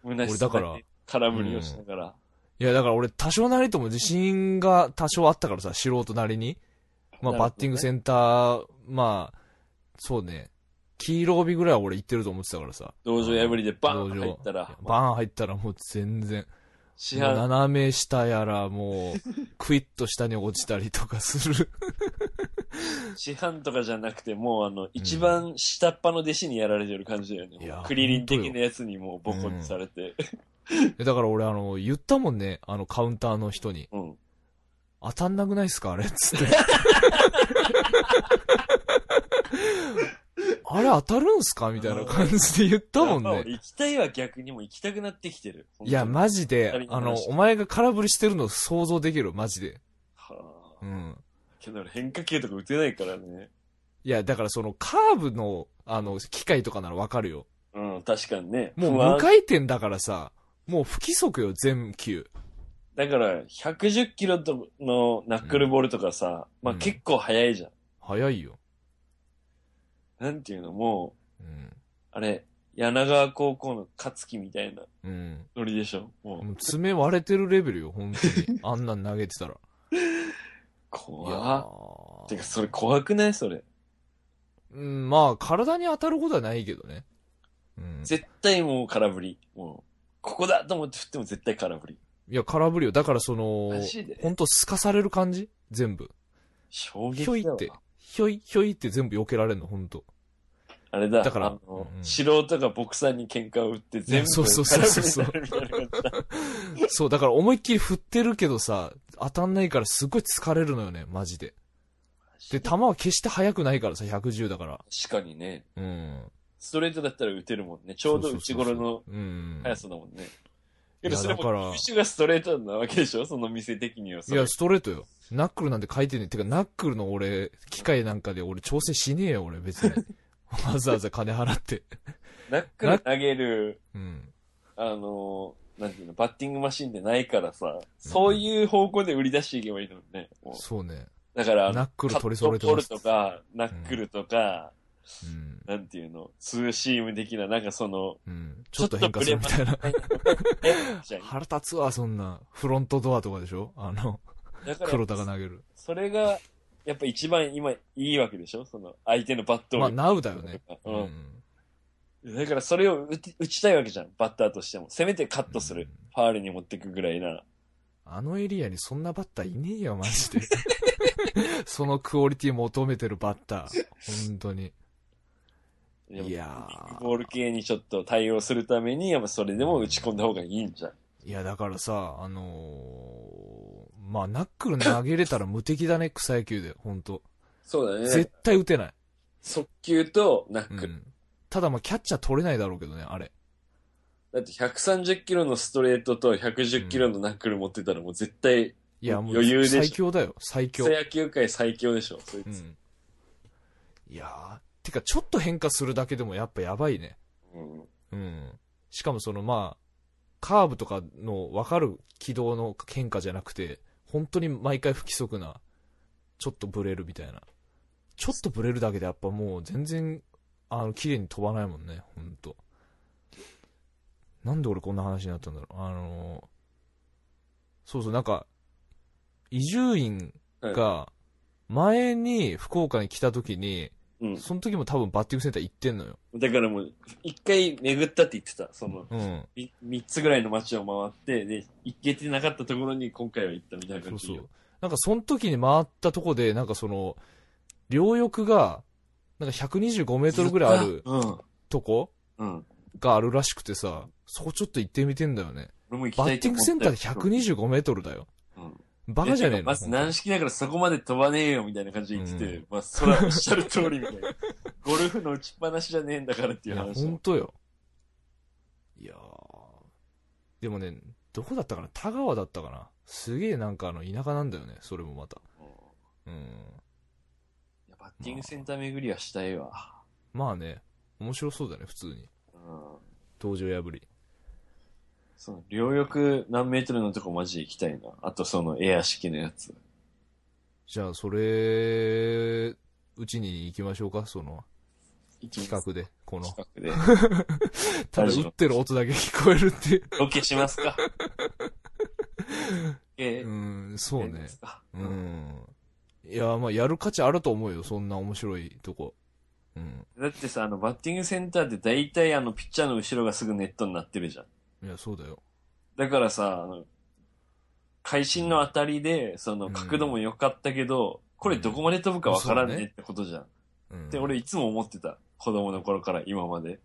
[SPEAKER 3] 虚し
[SPEAKER 1] 俺
[SPEAKER 3] さ
[SPEAKER 1] だか
[SPEAKER 3] だ
[SPEAKER 1] ら
[SPEAKER 3] け空振りをしながら。
[SPEAKER 1] いや、だから俺、多少なりとも自信が多少あったからさ、素人なりに。まあ、
[SPEAKER 3] なるほどね
[SPEAKER 1] バッティングセンター、まあ、そうね、黄色帯ぐらいは俺行ってると思ってたからさ。
[SPEAKER 3] 道場破りでバーン
[SPEAKER 1] 道
[SPEAKER 3] 入
[SPEAKER 1] 場
[SPEAKER 3] ったら、
[SPEAKER 1] バーン入ったらもう全然、
[SPEAKER 3] 市
[SPEAKER 1] もう
[SPEAKER 3] 販、
[SPEAKER 1] 斜め下やら、もう、
[SPEAKER 3] (laughs)
[SPEAKER 1] クイッと下に落ちたりとかする。
[SPEAKER 3] 市販とかじゃなくて、もうあの、一番下っ端の弟子にやられてる感じだよね。
[SPEAKER 1] いや
[SPEAKER 3] クリリン的なやつにもうボコにされて。
[SPEAKER 1] えだから俺、あの、言ったもんね、あの、カウンターの人に。
[SPEAKER 3] うん。
[SPEAKER 1] 当たんなくないっすかあれっつ
[SPEAKER 3] (laughs)
[SPEAKER 1] って。あれ当たるんすかみたいな感じで言ったもん
[SPEAKER 3] やっぱ
[SPEAKER 1] ね
[SPEAKER 3] 俺。行きたいは逆にもう行きたくなってきてる。
[SPEAKER 1] いや、
[SPEAKER 3] ジ。
[SPEAKER 1] マジで
[SPEAKER 3] 二人に話し、て
[SPEAKER 1] あの、お前が空振りしてるの想像できる、マジで。
[SPEAKER 3] はあ
[SPEAKER 1] うん。
[SPEAKER 3] けど俺変化球とか打てないからね。
[SPEAKER 1] いや、だからそのカーブの、あの、機械とかならわかるよ。
[SPEAKER 3] うん、確かにね。
[SPEAKER 1] もう
[SPEAKER 3] 不安
[SPEAKER 1] 無回転だからさ、もう不規則よ、全球。
[SPEAKER 3] だから、110キロとのナックルボールとかさ、
[SPEAKER 1] うん
[SPEAKER 3] まあ
[SPEAKER 1] うん
[SPEAKER 3] 結構速いじゃん。
[SPEAKER 1] 早いよ。
[SPEAKER 3] なんていうの、もう、
[SPEAKER 1] うん。
[SPEAKER 3] あれ、柳川高校の勝木みたいな
[SPEAKER 1] うん。
[SPEAKER 3] ノリでしょ。もう、
[SPEAKER 1] もう爪割れてるレベルよ、本
[SPEAKER 3] (laughs)
[SPEAKER 1] 当に。あんなん投げてたら。いや
[SPEAKER 3] 怖っ。てか、それ怖くないそれ。
[SPEAKER 1] うん、まあ、体に当たることはないけどね。うん。
[SPEAKER 3] 絶対もう空振り。もう、ここだと思って振っても絶対空振り。
[SPEAKER 1] いや、空振りよ。だからその
[SPEAKER 3] マ、ジで
[SPEAKER 1] ほんと透かされる感じ全部。
[SPEAKER 3] 衝
[SPEAKER 1] ひょい
[SPEAKER 3] 撃だ
[SPEAKER 1] っ
[SPEAKER 3] わ。
[SPEAKER 1] て、ひょい、ひょいって全部避けられるの、ほんと。
[SPEAKER 3] あれだ、
[SPEAKER 1] だから
[SPEAKER 3] あの、
[SPEAKER 1] うん
[SPEAKER 3] 素人がボクサーに喧嘩を打って全部
[SPEAKER 1] そう
[SPEAKER 3] 空
[SPEAKER 1] そう
[SPEAKER 3] 振
[SPEAKER 1] そう
[SPEAKER 3] り
[SPEAKER 1] そう
[SPEAKER 3] になるみたいな感じだ。
[SPEAKER 1] そう、だから思いっきり振ってるけどさ、当たんないからすごい疲れるのよね、マジで。で、球は決して速くないからさ、110だから。
[SPEAKER 3] 確かにね。
[SPEAKER 1] うん。
[SPEAKER 3] ストレートだったら打てるもんね。ちょうど内頃の
[SPEAKER 1] うん。
[SPEAKER 3] 速さだもんね。
[SPEAKER 1] い
[SPEAKER 3] け
[SPEAKER 1] や
[SPEAKER 3] どそれも
[SPEAKER 1] だから
[SPEAKER 3] 球種がストレートなわけでしょその店的には。そ
[SPEAKER 1] い
[SPEAKER 3] れ
[SPEAKER 1] や、ストレートよ。ナックルなんて書いてねえ。てか、ナックルの俺、機械なんかで俺調整しねえよ、俺、別
[SPEAKER 3] (laughs)
[SPEAKER 1] に。わざわざ金払って。
[SPEAKER 3] ナックル投げる、
[SPEAKER 1] うん。
[SPEAKER 3] あのー、なんていうの、バッティングマシンでないからさ、そういう方向で売り出していけばいいのにね。もう
[SPEAKER 1] そうね。
[SPEAKER 3] だから、あの
[SPEAKER 1] ナックル
[SPEAKER 3] カット
[SPEAKER 1] 取り揃えてます。
[SPEAKER 3] ボールとか、ナックルとか、
[SPEAKER 1] うん。
[SPEAKER 3] なんていうの、ツーシーム的な、なんかその、
[SPEAKER 1] うん。ちょっと変化するみたいな。 (laughs)
[SPEAKER 3] じゃん
[SPEAKER 1] 腹立つわ、そんな。フロントドアとかでしょあの、
[SPEAKER 3] だ
[SPEAKER 1] (laughs)
[SPEAKER 3] か
[SPEAKER 1] 黒田
[SPEAKER 3] ら、
[SPEAKER 1] が投げる。
[SPEAKER 3] それが、やっぱ一番今いいわけでしょその、相手のバットを。
[SPEAKER 1] まあ、ナウだよね。
[SPEAKER 3] うん
[SPEAKER 1] ん。
[SPEAKER 3] だからそれを打ち打ちたいわけじゃん、バッターとしても。せめてカットする。
[SPEAKER 1] うん
[SPEAKER 3] ファールに持ってくぐらいな。
[SPEAKER 1] あのエリアにそんなバッターいねえよ、マジ
[SPEAKER 3] (laughs)
[SPEAKER 1] で。そのクオリティ求めてるバッター。本当に。
[SPEAKER 3] でも
[SPEAKER 1] いやー
[SPEAKER 3] ボール系にちょっと対応するために、やっぱそれでも打ち込んだ方がいいんじゃん。
[SPEAKER 1] いや、だからさ、あのーまあ、ナックル投げれたら無敵だね、 (laughs) 草野球で。本当
[SPEAKER 3] そうだ
[SPEAKER 1] 絶。対打てない。
[SPEAKER 3] 速球とナッ
[SPEAKER 1] う。ん。ただ、まあ、キャッチャー取れないだろうけどね、あれ。
[SPEAKER 3] だって130キロのストレートと110
[SPEAKER 1] キロ
[SPEAKER 3] のナックル持ってたらもう絶対、
[SPEAKER 1] いや、もう、
[SPEAKER 3] 余裕でしょ
[SPEAKER 1] 最強だよ、最強。。
[SPEAKER 3] 野球界最強でしょ、そいう
[SPEAKER 1] ん。いやー、てかちょっと変化するだけでもやっぱやばいね。
[SPEAKER 3] うん。
[SPEAKER 1] うん。しかもそのまあ、カーブとかの分かる軌道の変化じゃなくて、本当に毎回不規則な、ちょっとブレるみたいな。ちょっとブレるだけでやっぱもう全然、あの、綺麗に飛ばないもんね、ほんと。なんで俺こんな話になったんだろう。あのーそうそう、なんか、伊集院が、前に福岡に来た時に、
[SPEAKER 3] うん。
[SPEAKER 1] その時も多分バッティングセンター行ってんのよ。
[SPEAKER 3] だからもう、一回巡ったって言ってた。その、
[SPEAKER 1] うん。
[SPEAKER 3] み三つぐらいの街を回って、で、行けてなかったところに今回は行ったみたいな
[SPEAKER 1] そ
[SPEAKER 3] 感
[SPEAKER 1] う
[SPEAKER 3] じ。
[SPEAKER 1] そう。なんかその時に回ったとこで、なんかその、両翼が、なんか125メートルぐらいある
[SPEAKER 3] うん。
[SPEAKER 1] とこ
[SPEAKER 3] うん。
[SPEAKER 1] があるらしくてさ、そこちょっと行ってみてんだよね。
[SPEAKER 3] 俺も行きた
[SPEAKER 1] バ
[SPEAKER 3] い
[SPEAKER 1] ッティングセンターで125メートルだよ。
[SPEAKER 3] うん
[SPEAKER 1] バカじゃねえ
[SPEAKER 3] いやてか
[SPEAKER 1] の
[SPEAKER 3] まず軟式だからそこまで飛ばねえよみたいな感じで言ってて、
[SPEAKER 1] うん
[SPEAKER 3] まあ、それはおっしゃる通りみたいな。 (laughs) ゴルフの打ちっぱなしじゃねえんだからって
[SPEAKER 1] い
[SPEAKER 3] いう
[SPEAKER 1] や、
[SPEAKER 3] 話
[SPEAKER 1] ほんとよ。いやーでもね、どこだったかな田川だったかなすげえなんかあの、田舎なんだよね。それもまた。
[SPEAKER 3] うんい
[SPEAKER 1] うん。
[SPEAKER 3] やバッティングセンター巡りはしたいわ。
[SPEAKER 1] まあね、面白そうだね、普通に。
[SPEAKER 3] うん。
[SPEAKER 1] 登場破り。
[SPEAKER 3] その、両翼何メートルのとこマジで行きたいな。あとそのエア式のやつ。
[SPEAKER 1] じゃあ、それ、うちに行きましょうか、その、
[SPEAKER 3] 企
[SPEAKER 1] 企画で、この。
[SPEAKER 3] 企画で。
[SPEAKER 1] ただ、
[SPEAKER 3] ラジオ
[SPEAKER 1] 打ってる音だけ聞こえるっていう。
[SPEAKER 3] ロケします
[SPEAKER 1] (laughs)
[SPEAKER 3] か (laughs) え
[SPEAKER 1] うん、そうね。。
[SPEAKER 3] う。
[SPEAKER 1] うんん。いや、まあ、やる価値あると思うよ、そんな面白いとこ。うん。
[SPEAKER 3] だってさ、あの、バッティングセンターって大体あの、ピッチャーの後ろがすぐネットになってるじゃん。
[SPEAKER 1] いや、そうだよ。
[SPEAKER 3] だからさ、あの、会心の当たりで、その
[SPEAKER 1] うん
[SPEAKER 3] 角度も良かったけど、これどこまで飛ぶかわからん
[SPEAKER 1] そう
[SPEAKER 3] ね
[SPEAKER 1] ね
[SPEAKER 3] ってことじゃん。
[SPEAKER 1] うん
[SPEAKER 3] って俺いつも思ってた。子供の頃から今まで。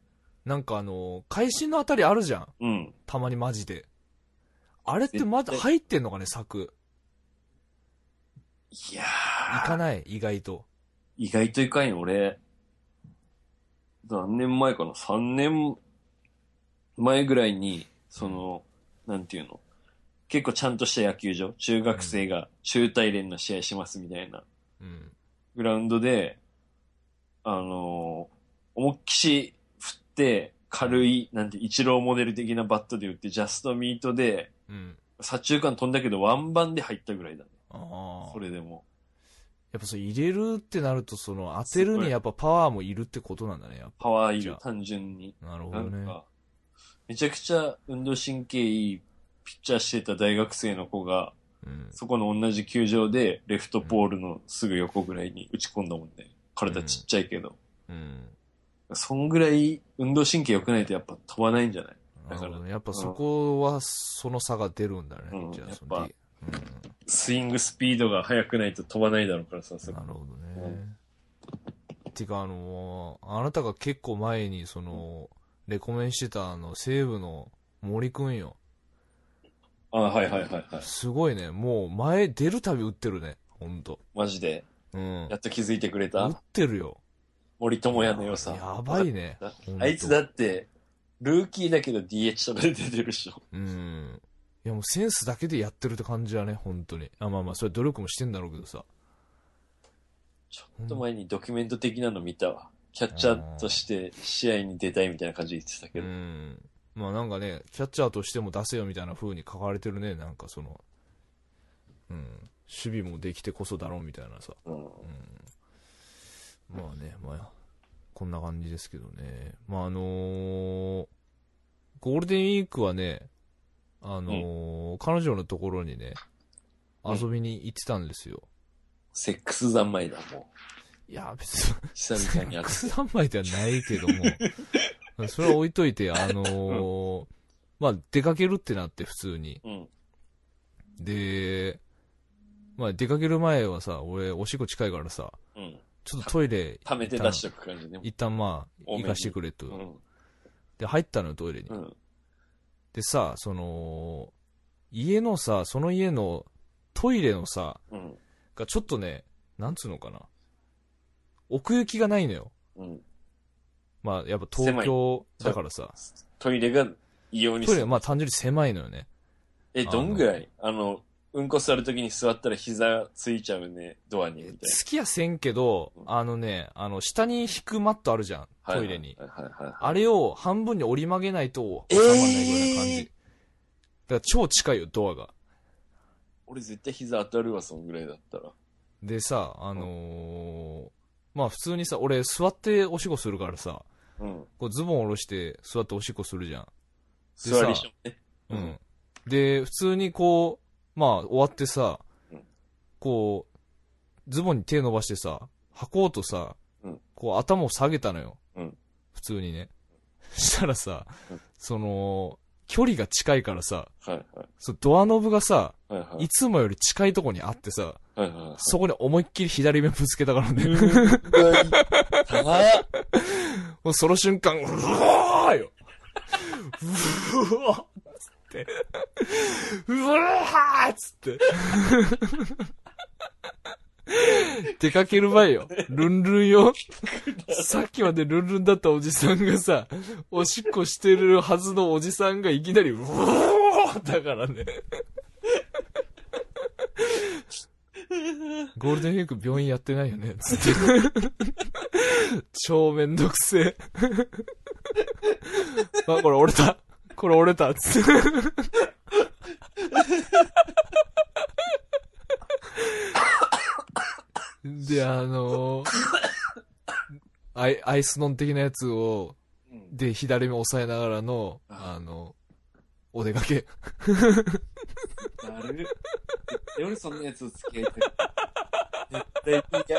[SPEAKER 1] なんかあの、会心のあたりあるじゃん。
[SPEAKER 3] うん。
[SPEAKER 1] たまにマジで。あれってまだ
[SPEAKER 3] 絶
[SPEAKER 1] 入ってんのかね、柵。
[SPEAKER 3] いや
[SPEAKER 1] い
[SPEAKER 3] ー、
[SPEAKER 1] かない、意外と。
[SPEAKER 3] 意外といかんよ、俺。何年前かな ?3 年前ぐらいに、その、なんていうの結構ちゃんとした野球場中学生が中大連の試合しますみたいな。
[SPEAKER 1] うん。
[SPEAKER 3] グラウンドで、あのー思いっきし振って、軽い、なんて、一郎モデル的なバットで打って、ジャストミートで、
[SPEAKER 1] うん。
[SPEAKER 3] 左中間飛んだけど、ワンバンで入ったぐらいだね。
[SPEAKER 1] ああ
[SPEAKER 3] そ。れでも。
[SPEAKER 1] やっぱそれ入れるってなると、その当てるにやっぱパワーもいるってことなんだね、やっ
[SPEAKER 3] パワーい
[SPEAKER 1] じゃ
[SPEAKER 3] る
[SPEAKER 1] あ、
[SPEAKER 3] 単純に。
[SPEAKER 1] ぱ。なるほ
[SPEAKER 3] な
[SPEAKER 1] ど
[SPEAKER 3] ん
[SPEAKER 1] ね。
[SPEAKER 3] か、めちゃくちゃ運動神経いいピッチャーしてた大学生の子が、
[SPEAKER 1] うん。
[SPEAKER 3] そこの同じ球場で、レフトポールのすぐ横ぐらいに打ち込んだもんね。体ちっちゃいけど。
[SPEAKER 1] うん。
[SPEAKER 3] そんぐらい運動神経良くないとやっぱ飛ばないんじゃない
[SPEAKER 1] なるほど
[SPEAKER 3] だか
[SPEAKER 1] ね。やっぱそこは、その差が出るんだね。
[SPEAKER 3] うん
[SPEAKER 1] じゃあ、そ
[SPEAKER 3] や
[SPEAKER 1] の
[SPEAKER 3] っ、スイングスピードが速くないと飛ばないだろうからさ、
[SPEAKER 1] う
[SPEAKER 3] そ
[SPEAKER 1] ん。
[SPEAKER 3] こ
[SPEAKER 1] なるほどね。てか、あのーあなたが結構前に、その、レコメンしてた、あの、西武の森くんよ。
[SPEAKER 3] あ、はいはいはいはい。
[SPEAKER 1] すごいね。もう前出るたび打ってるね。ほんと。
[SPEAKER 3] マジで。
[SPEAKER 1] うん。
[SPEAKER 3] やっと気づいてくれ
[SPEAKER 1] 打
[SPEAKER 3] た
[SPEAKER 1] ってるよ。
[SPEAKER 3] 森友哉の良さ。
[SPEAKER 1] やばいね。
[SPEAKER 3] だ
[SPEAKER 1] ほんと
[SPEAKER 3] あいつだって、ルーキーだけど DH とかで出てるでしょ。
[SPEAKER 1] うん。いやもうセンスだけでやってるって感じだね、本当に。あ、まあまあ、それは努力もしてんだろうけどさ。
[SPEAKER 3] ちょっと前にドキュメント的なの見たわ。キャッチャーとして試合に出たいみたいな感じで言ってた
[SPEAKER 1] う
[SPEAKER 3] けど。
[SPEAKER 1] ん。まあなんかね、キャッチャーとしても出せよみたいな風に書かれてるね、なんかその、うん。守備もできてこそだろうみたいなさ。
[SPEAKER 3] うん
[SPEAKER 1] まあね、まあ、こんな感じですけどね。まああのーゴールデンウィークはね、あのー彼女のところにね、
[SPEAKER 3] うん
[SPEAKER 1] 遊びに行ってたんですよ。
[SPEAKER 3] セックス三昧だ、も
[SPEAKER 1] いや、別に、
[SPEAKER 3] う。久々に
[SPEAKER 1] ミ
[SPEAKER 3] や
[SPEAKER 1] ッ
[SPEAKER 3] っ
[SPEAKER 1] (laughs) クス三昧ではないけど
[SPEAKER 3] (laughs)
[SPEAKER 1] も、それは置いといて、あのーまあ、出かけるってなって普通に。
[SPEAKER 3] うん。
[SPEAKER 1] で、まあ、出かける前はさ、俺、おしっこ近いからさ、
[SPEAKER 3] うん。
[SPEAKER 1] ちょっとトイレ、
[SPEAKER 3] 溜めて出しとく感じね。
[SPEAKER 1] 一旦まあ、
[SPEAKER 3] 多めに
[SPEAKER 1] 行かしてくれと。
[SPEAKER 3] うん。
[SPEAKER 1] で、入ったのよ、トイレに
[SPEAKER 3] う。ん。
[SPEAKER 1] でさ、その、家のさ、その家のトイレのさ、
[SPEAKER 3] うん。
[SPEAKER 1] がちょっとね、なんつうのかな。奥行きがないのよ。
[SPEAKER 3] うん。
[SPEAKER 1] まあ、やっぱ東京だからさ。
[SPEAKER 3] トイレが異様に
[SPEAKER 1] トイレ、まあ単純に狭いのよね。
[SPEAKER 3] え、
[SPEAKER 1] あの
[SPEAKER 3] どんぐらいあの、うんこ座るときに座ったら膝ついちゃうね、ドアに、みたい
[SPEAKER 1] 好きやせんけど
[SPEAKER 3] う、ん
[SPEAKER 1] あのね、あの、下に引くマットあるじゃん、
[SPEAKER 3] な。
[SPEAKER 1] トイレに。
[SPEAKER 3] はいはいはいはい。
[SPEAKER 1] あれを半分に折り曲げないと収まらないぐらいの感じ。
[SPEAKER 3] えー
[SPEAKER 1] だから超近いよ、ドアが。
[SPEAKER 3] 俺絶対膝当たるわ、そんぐらいだったら。
[SPEAKER 1] でさ、あのーまあ普通にさ、俺座っておしっこするからさ、
[SPEAKER 3] うん。
[SPEAKER 1] こうズボン下ろして座っておしっこするじゃん。でさ
[SPEAKER 3] 座りしょね。
[SPEAKER 1] う
[SPEAKER 3] うん
[SPEAKER 1] ん。で、普通にこう、まあ終わってさ
[SPEAKER 3] うん、
[SPEAKER 1] こう、ズボンに手伸ばしてさ、履こうとさ
[SPEAKER 3] うん、
[SPEAKER 1] こう頭を下げたのよ
[SPEAKER 3] うん。
[SPEAKER 1] 普通にね。したらさ
[SPEAKER 3] うん、
[SPEAKER 1] その、距離が近いからさ、
[SPEAKER 3] はいはい。
[SPEAKER 1] そのドアノブがさ、
[SPEAKER 3] はいはいい。
[SPEAKER 1] つもより近いとこにあってさ、
[SPEAKER 3] はいはいはい。
[SPEAKER 1] そこに思いっきり左目ぶつけたからね。
[SPEAKER 3] うわい
[SPEAKER 1] もうその瞬間、うわーよ。うわーっつって。うわーっつって。出かける前よ。ルンルンよ。さっきまでルンルンだったおじさんがさ、おしっこしてるはずのおじさんがいきなり、うおーだからね。ゴールデンウィーク病院やってないよね。つって。超めんどくせえ。あ、これ折れた。これ折れた。つって。で、あのーアイ、アイスノン的なやつを、
[SPEAKER 3] うん
[SPEAKER 1] で、左目押さえながらの、あの、お出かけ。
[SPEAKER 3] だる。絶対俺そんなやつを付き合いたい。絶対に嫌。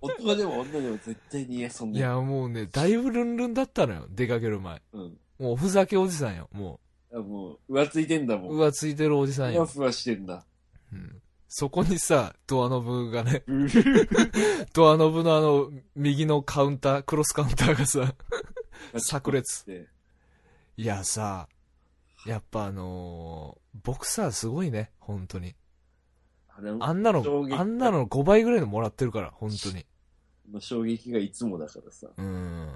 [SPEAKER 3] 男でも女でも絶対に嫌、そん
[SPEAKER 1] い
[SPEAKER 3] なや
[SPEAKER 1] や、もうね、だいぶルンルンだったのよ、出かける前。
[SPEAKER 3] つ。うん。
[SPEAKER 1] もう、ふざけおじさんよ、も
[SPEAKER 3] あもう、浮ついてんだもん。
[SPEAKER 1] 浮ついてるおじさん
[SPEAKER 3] ふわ
[SPEAKER 1] よ。
[SPEAKER 3] ふわしてんだ。
[SPEAKER 1] うんそこにさ、ドアノブがね、
[SPEAKER 3] う
[SPEAKER 1] ドアノブのあの、右のカウンター、クロスカウンターがさ、炸裂。
[SPEAKER 3] で
[SPEAKER 1] いやさ、やっぱあのーボクサーすごいね、本当に。
[SPEAKER 3] あれの
[SPEAKER 1] あんなの
[SPEAKER 3] 衝撃、
[SPEAKER 1] あんなの5倍ぐらいのもらってるから、本当に。
[SPEAKER 3] の衝撃がいつもだからさ。
[SPEAKER 1] うん。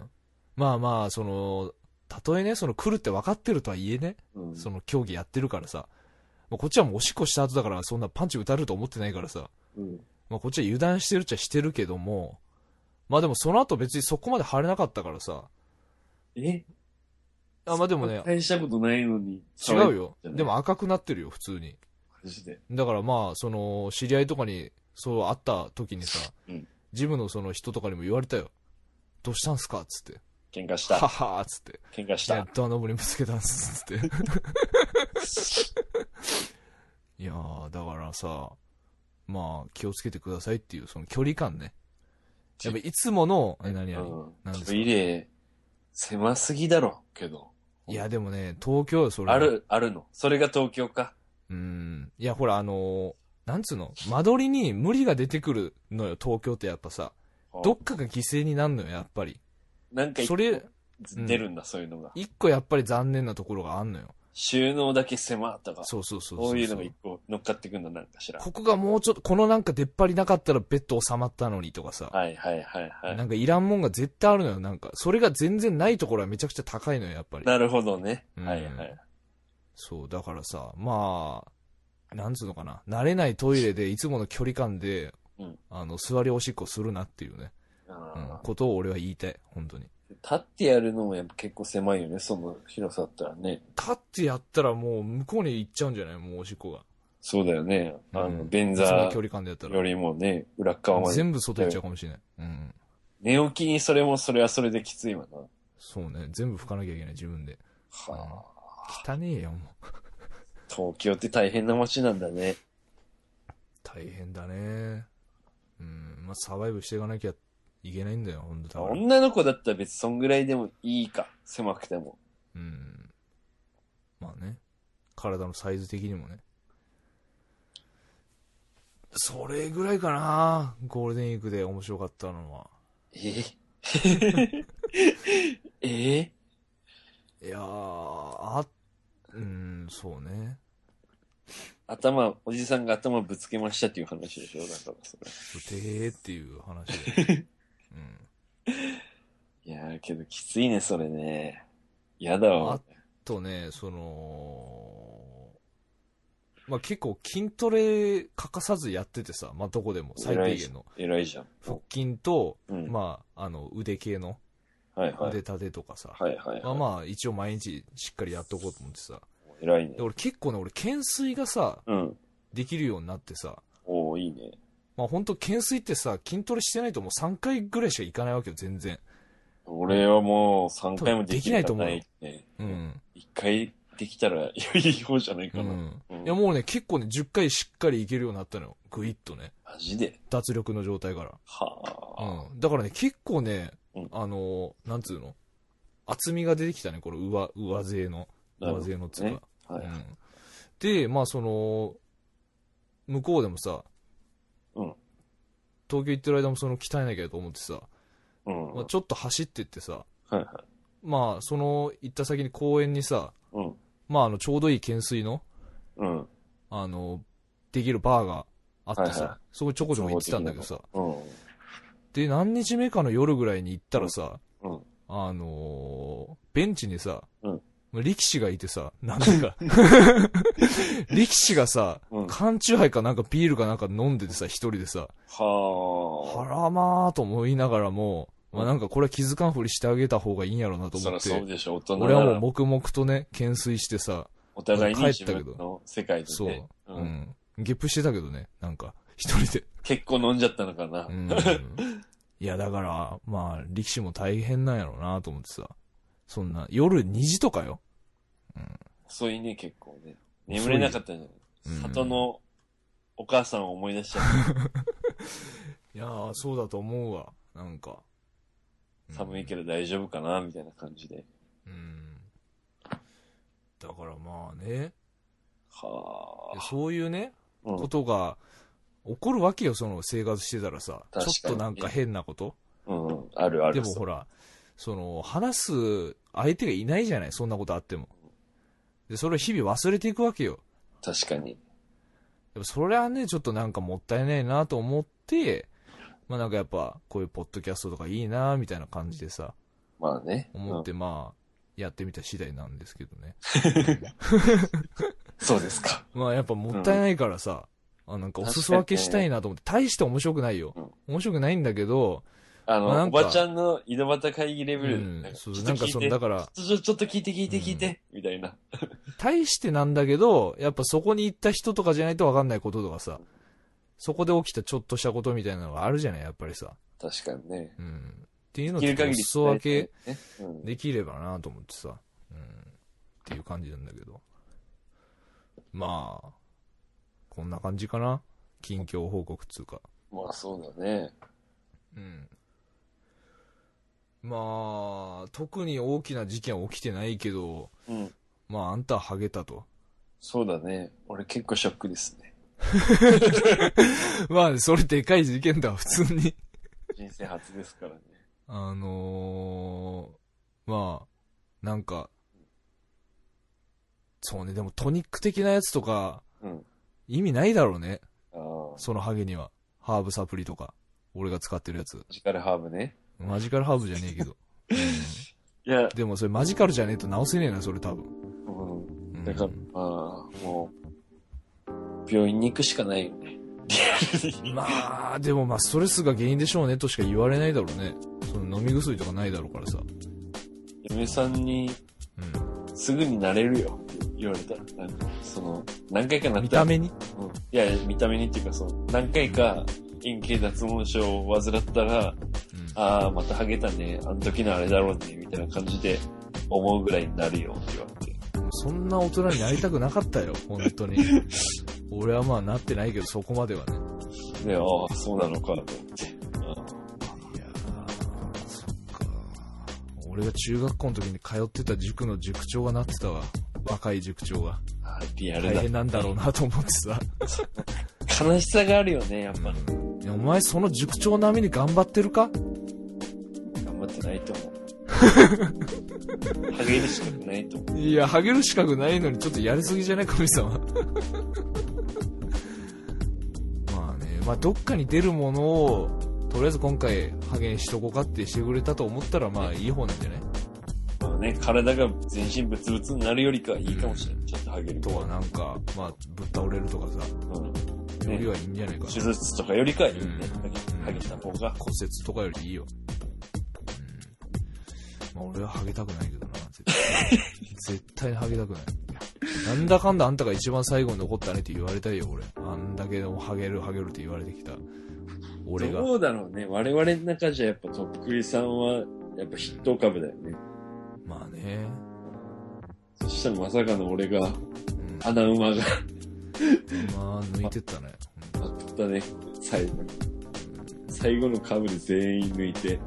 [SPEAKER 1] まあまあ、その、たとえね、その来るって分かってるとはいえね、
[SPEAKER 3] うん。
[SPEAKER 1] その競技やってるからさ、まあ、こっちはもうおしっこした後だから、そんなパンチ打たれると思ってないからさ、
[SPEAKER 3] うん。
[SPEAKER 1] まあ、こっちは油断してるっちゃしてるけども、まあでもその後別にそこまで腫れなかったからさ、
[SPEAKER 3] え
[SPEAKER 1] あまあでもね、
[SPEAKER 3] 大したことないのに。
[SPEAKER 1] 違うよ。でも赤くなってるよ、普通に。
[SPEAKER 3] マジで。
[SPEAKER 1] だからまあ、その、知り合いとかに、そう会った時にさ、
[SPEAKER 3] うん
[SPEAKER 1] ジムのその人とかにも言われたよ。どうしたんすかっつって。
[SPEAKER 3] 喧嘩し
[SPEAKER 1] は
[SPEAKER 3] た。
[SPEAKER 1] はーっつって。
[SPEAKER 3] 喧嘩し
[SPEAKER 1] いや
[SPEAKER 3] た。
[SPEAKER 1] ドアノブにぶつけたんす、つって。いやー、だからさ、まあ、気をつけてくださいっていう、その距離感ね。やっぱいつもの、え何
[SPEAKER 3] う
[SPEAKER 1] 々
[SPEAKER 3] ん
[SPEAKER 1] なんですか
[SPEAKER 3] トイレ、狭すぎだろ、けど。
[SPEAKER 1] いや、でもね、東京よ、それ。
[SPEAKER 3] あ。る、あるの。それが東京か。
[SPEAKER 1] うん。いや、ほら、あのーなんつうの間取りに無理が出てくるのよ、東京ってやっぱさ。どっかが犠牲になるのよ、やっぱり。
[SPEAKER 3] なんか一個
[SPEAKER 1] それ、うん
[SPEAKER 3] 出るんだ、そういうのが。
[SPEAKER 1] 一個やっぱり残念なところがあんのよ。
[SPEAKER 3] 収納だけ狭とか。
[SPEAKER 1] そうそうそう
[SPEAKER 3] そういうのが一個乗っかってくんだ、なんかしら。
[SPEAKER 1] ここがもうちょっと、このなんか出っ張りなかったらベッド収まったのにとかさ。
[SPEAKER 3] はいはいはいはい。
[SPEAKER 1] なんかいらんもんが絶対あるのよ、なんか。それが全然ないところはめちゃくちゃ高いのよ、やっぱり。
[SPEAKER 3] なるほどね。
[SPEAKER 1] うん
[SPEAKER 3] はいはい。
[SPEAKER 1] そう、だからさ、まあ、なんつうのかな。慣れないトイレでいつもの距離感で、
[SPEAKER 3] うん
[SPEAKER 1] あの、座りおしっこするなっていうね、うん
[SPEAKER 3] あー
[SPEAKER 1] ことを俺は言いたい、本当に。
[SPEAKER 3] 立ってやるのもやっぱ結構狭いよね、その広さだったらね。
[SPEAKER 1] 立ってやったらもう向こうに行っちゃうんじゃないもうおしっこが。
[SPEAKER 3] そうだよね。あ
[SPEAKER 1] う
[SPEAKER 3] の、
[SPEAKER 1] ん
[SPEAKER 3] 便
[SPEAKER 1] いつも
[SPEAKER 3] 座
[SPEAKER 1] の距離感でやった
[SPEAKER 3] よ
[SPEAKER 1] ら。
[SPEAKER 3] りもね、裏っ側まで。
[SPEAKER 1] 全部外行っちゃうかもしれない。うん。
[SPEAKER 3] 寝起きにそれもそれはそれできついわな。
[SPEAKER 1] そうね。全部拭かなきゃいけない、自分で。
[SPEAKER 3] はあ、
[SPEAKER 1] 汚ねえよ、もう。
[SPEAKER 3] 東京って大変な街なんだね。
[SPEAKER 1] 大変だね。うん。まあ、サバイブしていかなきゃいけないんだよ、本当だから。
[SPEAKER 3] 女の子だったら別にそんぐらいでもいいか、狭くても。
[SPEAKER 1] うん。まあね。体のサイズ的にもね。それぐらいかなゴールデンウィークで面白かったのは。 (laughs)
[SPEAKER 3] ええ
[SPEAKER 1] いやー、あ、うん、そうね。
[SPEAKER 3] 頭、おじさんが頭ぶつけましたっていう話でしょだからそれ。
[SPEAKER 1] でーっていう話で。
[SPEAKER 3] (laughs)
[SPEAKER 1] うん。
[SPEAKER 3] いやーけどきついね、それね。やだわ。
[SPEAKER 1] とね、その、まあ、結構筋トレ欠かさずやっててさ、まあ、どこでも最低限の
[SPEAKER 3] 偉いじゃん。
[SPEAKER 1] 腹筋と、
[SPEAKER 3] うん。
[SPEAKER 1] まあ、あの腕系の
[SPEAKER 3] はいはい。
[SPEAKER 1] 腕立てとかさ、
[SPEAKER 3] はいはい、はい。
[SPEAKER 1] まあまあ一応毎日しっかりやっとこうと思ってさ、
[SPEAKER 3] 偉いね
[SPEAKER 1] で。俺結構ね、俺懸垂がさ、
[SPEAKER 3] うん。
[SPEAKER 1] できるようになってさ、
[SPEAKER 3] おおいいね。
[SPEAKER 1] まあ本当懸垂ってさ、筋トレしてないともう3回ぐらいしかいかないわけよ、全然。
[SPEAKER 3] 俺はもう3回もできる
[SPEAKER 1] 多分できないい
[SPEAKER 3] ね。
[SPEAKER 1] うん。
[SPEAKER 3] 一回できたらいい方じゃないうかな。
[SPEAKER 1] ん。
[SPEAKER 3] うん
[SPEAKER 1] いやもうね、結構ね、10回しっかりいけるようになったのよ。ぐいっとね。
[SPEAKER 3] マジで。
[SPEAKER 1] 脱力の状態から。
[SPEAKER 3] はあ。
[SPEAKER 1] うん、だからね、結構ね、
[SPEAKER 3] うん
[SPEAKER 1] あのー、なんつうの、厚みが出てきたね、これ、上、上背の、
[SPEAKER 3] なるほ
[SPEAKER 1] 上
[SPEAKER 3] ど
[SPEAKER 1] 背のつうか、
[SPEAKER 3] は
[SPEAKER 1] う
[SPEAKER 3] い。
[SPEAKER 1] ん。で、まあ、その、向こうでもさ、
[SPEAKER 3] うん
[SPEAKER 1] 東京行ってる間もその鍛えなきゃと思ってさ、
[SPEAKER 3] うん。
[SPEAKER 1] まあ、ちょっと走ってってさ、
[SPEAKER 3] はいはい。
[SPEAKER 1] まあ、その、行った先に公園にさ、
[SPEAKER 3] うん。
[SPEAKER 1] まあ、あの、ちょうどいい懸垂の、
[SPEAKER 3] うん。
[SPEAKER 1] あの、できるバーがあってさ、
[SPEAKER 3] はいはい
[SPEAKER 1] そこにちょこちょこ行ってたんだけどさ、
[SPEAKER 3] うん。
[SPEAKER 1] で、何日目かの夜ぐらいに行ったらさ、
[SPEAKER 3] うんうん
[SPEAKER 1] あのーベンチにさ、
[SPEAKER 3] うん
[SPEAKER 1] 力士がいてさ、なん
[SPEAKER 3] (laughs)
[SPEAKER 1] か、力士がさ、
[SPEAKER 3] うん
[SPEAKER 1] 缶チューハイかなんかビールかなんか飲んでてさ、一人でさ、あ
[SPEAKER 3] は
[SPEAKER 1] らまーと思いながらも、
[SPEAKER 3] うん
[SPEAKER 1] まあなんかこれは気づかんふりしてあげた方がいいんやろうな
[SPEAKER 3] あ。
[SPEAKER 1] と
[SPEAKER 3] そ
[SPEAKER 1] 思
[SPEAKER 3] りゃ
[SPEAKER 1] っ
[SPEAKER 3] そう
[SPEAKER 1] て、
[SPEAKER 3] でしょ。大人な
[SPEAKER 1] 俺はもう
[SPEAKER 3] ら
[SPEAKER 1] 黙々とね、懸垂してさ、
[SPEAKER 3] お互いに
[SPEAKER 1] 帰
[SPEAKER 3] 自
[SPEAKER 1] ったけど
[SPEAKER 3] 分の世界で
[SPEAKER 1] そう
[SPEAKER 3] ね。、
[SPEAKER 1] う
[SPEAKER 3] うん
[SPEAKER 1] ん、ゲップしてたけどね、なんか、一人で。
[SPEAKER 3] 結構飲んじゃったのかな
[SPEAKER 1] う。ん。 (laughs) いや、だから、まあ、力士も大変なんやろうなと思ってさ。そんな、夜2時とかよ。
[SPEAKER 3] 遅いね、結構ね。
[SPEAKER 1] 遅い
[SPEAKER 3] 眠れなかったんじゃ
[SPEAKER 1] うん
[SPEAKER 3] ない里のお母さんを思い出しちゃっ
[SPEAKER 1] いやー、そうだと思うわ。なんか。 (laughs)
[SPEAKER 3] た。寒いけ
[SPEAKER 1] ど。
[SPEAKER 3] ど大丈夫かなみたいな感じで。
[SPEAKER 1] うん。だだからまあね、
[SPEAKER 3] はあ。
[SPEAKER 1] そういうね、
[SPEAKER 3] うん
[SPEAKER 1] ことが起こるわけよ、その生活してたらさ。ちょ
[SPEAKER 3] 確かに
[SPEAKER 1] っとなんか変なこと。
[SPEAKER 3] うん、あるあ
[SPEAKER 1] で
[SPEAKER 3] る。
[SPEAKER 1] もほら、その、話す相手がいないじゃない、そんなことあっても。で、それを日々忘れていくわけよ。
[SPEAKER 3] 確かに。
[SPEAKER 1] でもそれはね、ちょっとなんかもったいないなと思って、まあなんかやっぱ、こういうポッドキャストとかいいなみたいな感じでさ、
[SPEAKER 3] まあね。
[SPEAKER 1] 思っ
[SPEAKER 3] うん
[SPEAKER 1] てまあ、やってみた次第なんですけどね。
[SPEAKER 3] そうですか。
[SPEAKER 1] まあやっぱもったいないからさ、あなんかおすそ分けしたいなと思って、大して面白くないよ。面白くないんだけど、
[SPEAKER 3] あの、
[SPEAKER 1] まあなん
[SPEAKER 3] お
[SPEAKER 1] か
[SPEAKER 3] ばちゃんの井戸端会議レベル。
[SPEAKER 1] うん
[SPEAKER 3] なんか
[SPEAKER 1] そう
[SPEAKER 3] ちょっと
[SPEAKER 1] なんか
[SPEAKER 3] 聞い
[SPEAKER 1] そ
[SPEAKER 3] て
[SPEAKER 1] の、だから、
[SPEAKER 3] ちょちょっと聞いて聞いて聞いて、みたいな。
[SPEAKER 1] 大してなんだけど、やっぱそこに行った人とかじゃないと分かんないこととかさ、そこで起きたちょっとしたことみたいなのがあるじゃない、やっぱりさ。
[SPEAKER 3] 確かにね。
[SPEAKER 1] うん。っていうの
[SPEAKER 3] で
[SPEAKER 1] を
[SPEAKER 3] き
[SPEAKER 1] ちょっとお
[SPEAKER 3] る限り
[SPEAKER 1] 裾分け
[SPEAKER 3] 伝えたいねうん
[SPEAKER 1] できればなと思ってさ、うん。っていう感じなんだけど。まあ、こんな感じかな。近況報告っつうか。
[SPEAKER 3] まあそうだね。
[SPEAKER 1] うん。まあ、特に大きな事件は起きてないけど、
[SPEAKER 3] うん。
[SPEAKER 1] まあ、あんたはハゲたと。 (laughs)
[SPEAKER 3] そうだね。俺結構ショックですね。
[SPEAKER 1] まあ、それでかい事件だわ、普通に。
[SPEAKER 3] 人生初ですからね。
[SPEAKER 1] あのー、まあ、なんか、そうね、でもトニック的なやつとか、
[SPEAKER 3] うん。
[SPEAKER 1] 意味ないだろうね。
[SPEAKER 3] ああ。
[SPEAKER 1] そのハゲには。ハーブサプリとか。俺が使ってるやつ。
[SPEAKER 3] ジカルハーブね。
[SPEAKER 1] マジカルハーブじゃねえけど。
[SPEAKER 3] いや、
[SPEAKER 1] でもそれマジカルじゃねえと直せねえな、それ多分。
[SPEAKER 3] う。
[SPEAKER 1] うんん
[SPEAKER 3] だから、まあ、もう、病院に行くしかないよね。リアルに。
[SPEAKER 1] まあ、でもまあ、ストレスが原因でしょうねとしか言われないだろうね。その飲み薬とかないだろうからさ。
[SPEAKER 3] 嫁さんに、
[SPEAKER 1] うん。
[SPEAKER 3] すぐになれるよって言われた。なんか、その、何回かなった。
[SPEAKER 1] 見た目に
[SPEAKER 3] うん。いや、見た目にっていうか、そう、何回か、円形脱毛症を患ったら、
[SPEAKER 1] うん。
[SPEAKER 3] ああ、またハゲたね。あの時のあれだろうね。みたいな感じで、思うぐらいになるよって言われて。
[SPEAKER 1] そんな大人になりたくなかったよ、本当に。俺はまあなってないけど、そこまではね。
[SPEAKER 3] で、ああ、そうなのか、と思って。
[SPEAKER 1] いやー、そっか。俺が中学校の時に通ってた塾の塾長がなってたわ。若い塾長が。
[SPEAKER 3] ああ、リアル
[SPEAKER 1] 大変なんだろうなと思ってさ。
[SPEAKER 3] だ。悲しさがあるよね、やっぱ。
[SPEAKER 1] いやお前その塾長並みに頑張ってるか
[SPEAKER 3] 頑張ってないと思う。ハゲるしかないと思。
[SPEAKER 1] いや、ハゲる資格ないのにちょっとやりすぎじゃない神 (laughs) 様。まあね、まあどっかに出るものを、とりあえず今回ハゲにしとこうかってしてくれたと思ったらまあいい方なんじゃないう
[SPEAKER 3] まあね、体が全身ブツブツになるよりかはいいかもしれない。ちょっとハゲる
[SPEAKER 1] あとはなんか、まあぶっ倒れるとかさ、
[SPEAKER 3] うん。
[SPEAKER 1] よりはいいんじゃないかな。
[SPEAKER 3] 手術とかよりかはいいね
[SPEAKER 1] うん。
[SPEAKER 3] ハゲハゲた方が。
[SPEAKER 1] 骨折とかよりいいよ。うん。まあ俺はハゲたくないけどな、絶
[SPEAKER 3] (laughs)
[SPEAKER 1] 対。絶対にハゲたくない。なんだかんだあんたが一番最後に残ったねって言われたいよ、俺。あんだけでもハゲるハゲるって言われてきた。俺が。
[SPEAKER 3] どうだろうね。我々の中じゃやっぱとっくりさんは、やっぱ筆頭株だよね。
[SPEAKER 1] まあね。
[SPEAKER 3] そしたらまさかの俺が、
[SPEAKER 1] うん。
[SPEAKER 3] 穴馬が
[SPEAKER 1] まあ、抜いてったね。
[SPEAKER 3] あったね。最後に。最後の株で全員抜いて。
[SPEAKER 1] うん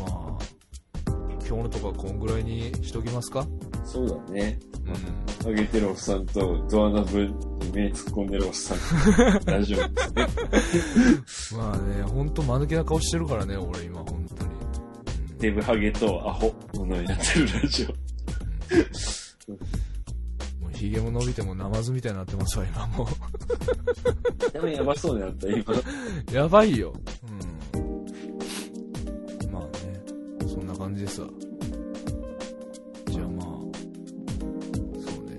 [SPEAKER 1] まあ、今日のとこはこんぐらいにしときますか
[SPEAKER 3] そうだね。
[SPEAKER 1] うん。
[SPEAKER 3] ハゲてるおっさんと、ドアノブに目突っ込んでるおっさん。大 (laughs) 丈夫ですね。
[SPEAKER 1] まあね、ほんと間抜けな顔してるからね、俺今、ほんとに。うん
[SPEAKER 3] デブハゲとアホののになってるラジオ。
[SPEAKER 1] もうヒゲも伸びてもナマズみたいになってますわ、今も
[SPEAKER 3] でもやばそうになった、 (laughs) 今。
[SPEAKER 1] う。やばいよ。うん。まあね、そんな感じでさ。じゃあまあ、そうね。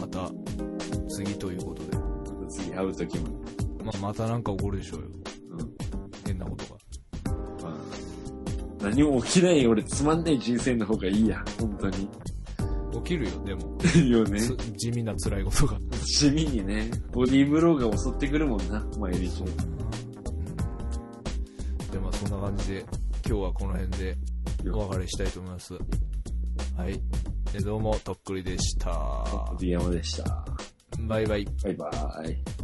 [SPEAKER 1] また、次ということで。
[SPEAKER 3] 次会うときも。
[SPEAKER 1] まあ、またなんか起こるでしょうよ。
[SPEAKER 3] うん。
[SPEAKER 1] 変なことが。
[SPEAKER 3] まあ、何も起きない俺、つまんない人生の方がいいや。本当に。
[SPEAKER 1] 起きるよ、でも。
[SPEAKER 3] いいよね。
[SPEAKER 1] つ地味な辛いことが。
[SPEAKER 3] 地味にね、ボディーブローが襲ってくるもんな、毎日。
[SPEAKER 1] そうだな。うん。で、まあそんな感じで、今日はこの辺でお別れしたいと思います。はい。でどうも、とっくりでした。
[SPEAKER 3] 杉山でした。
[SPEAKER 1] バイバイ。
[SPEAKER 3] バイバイ。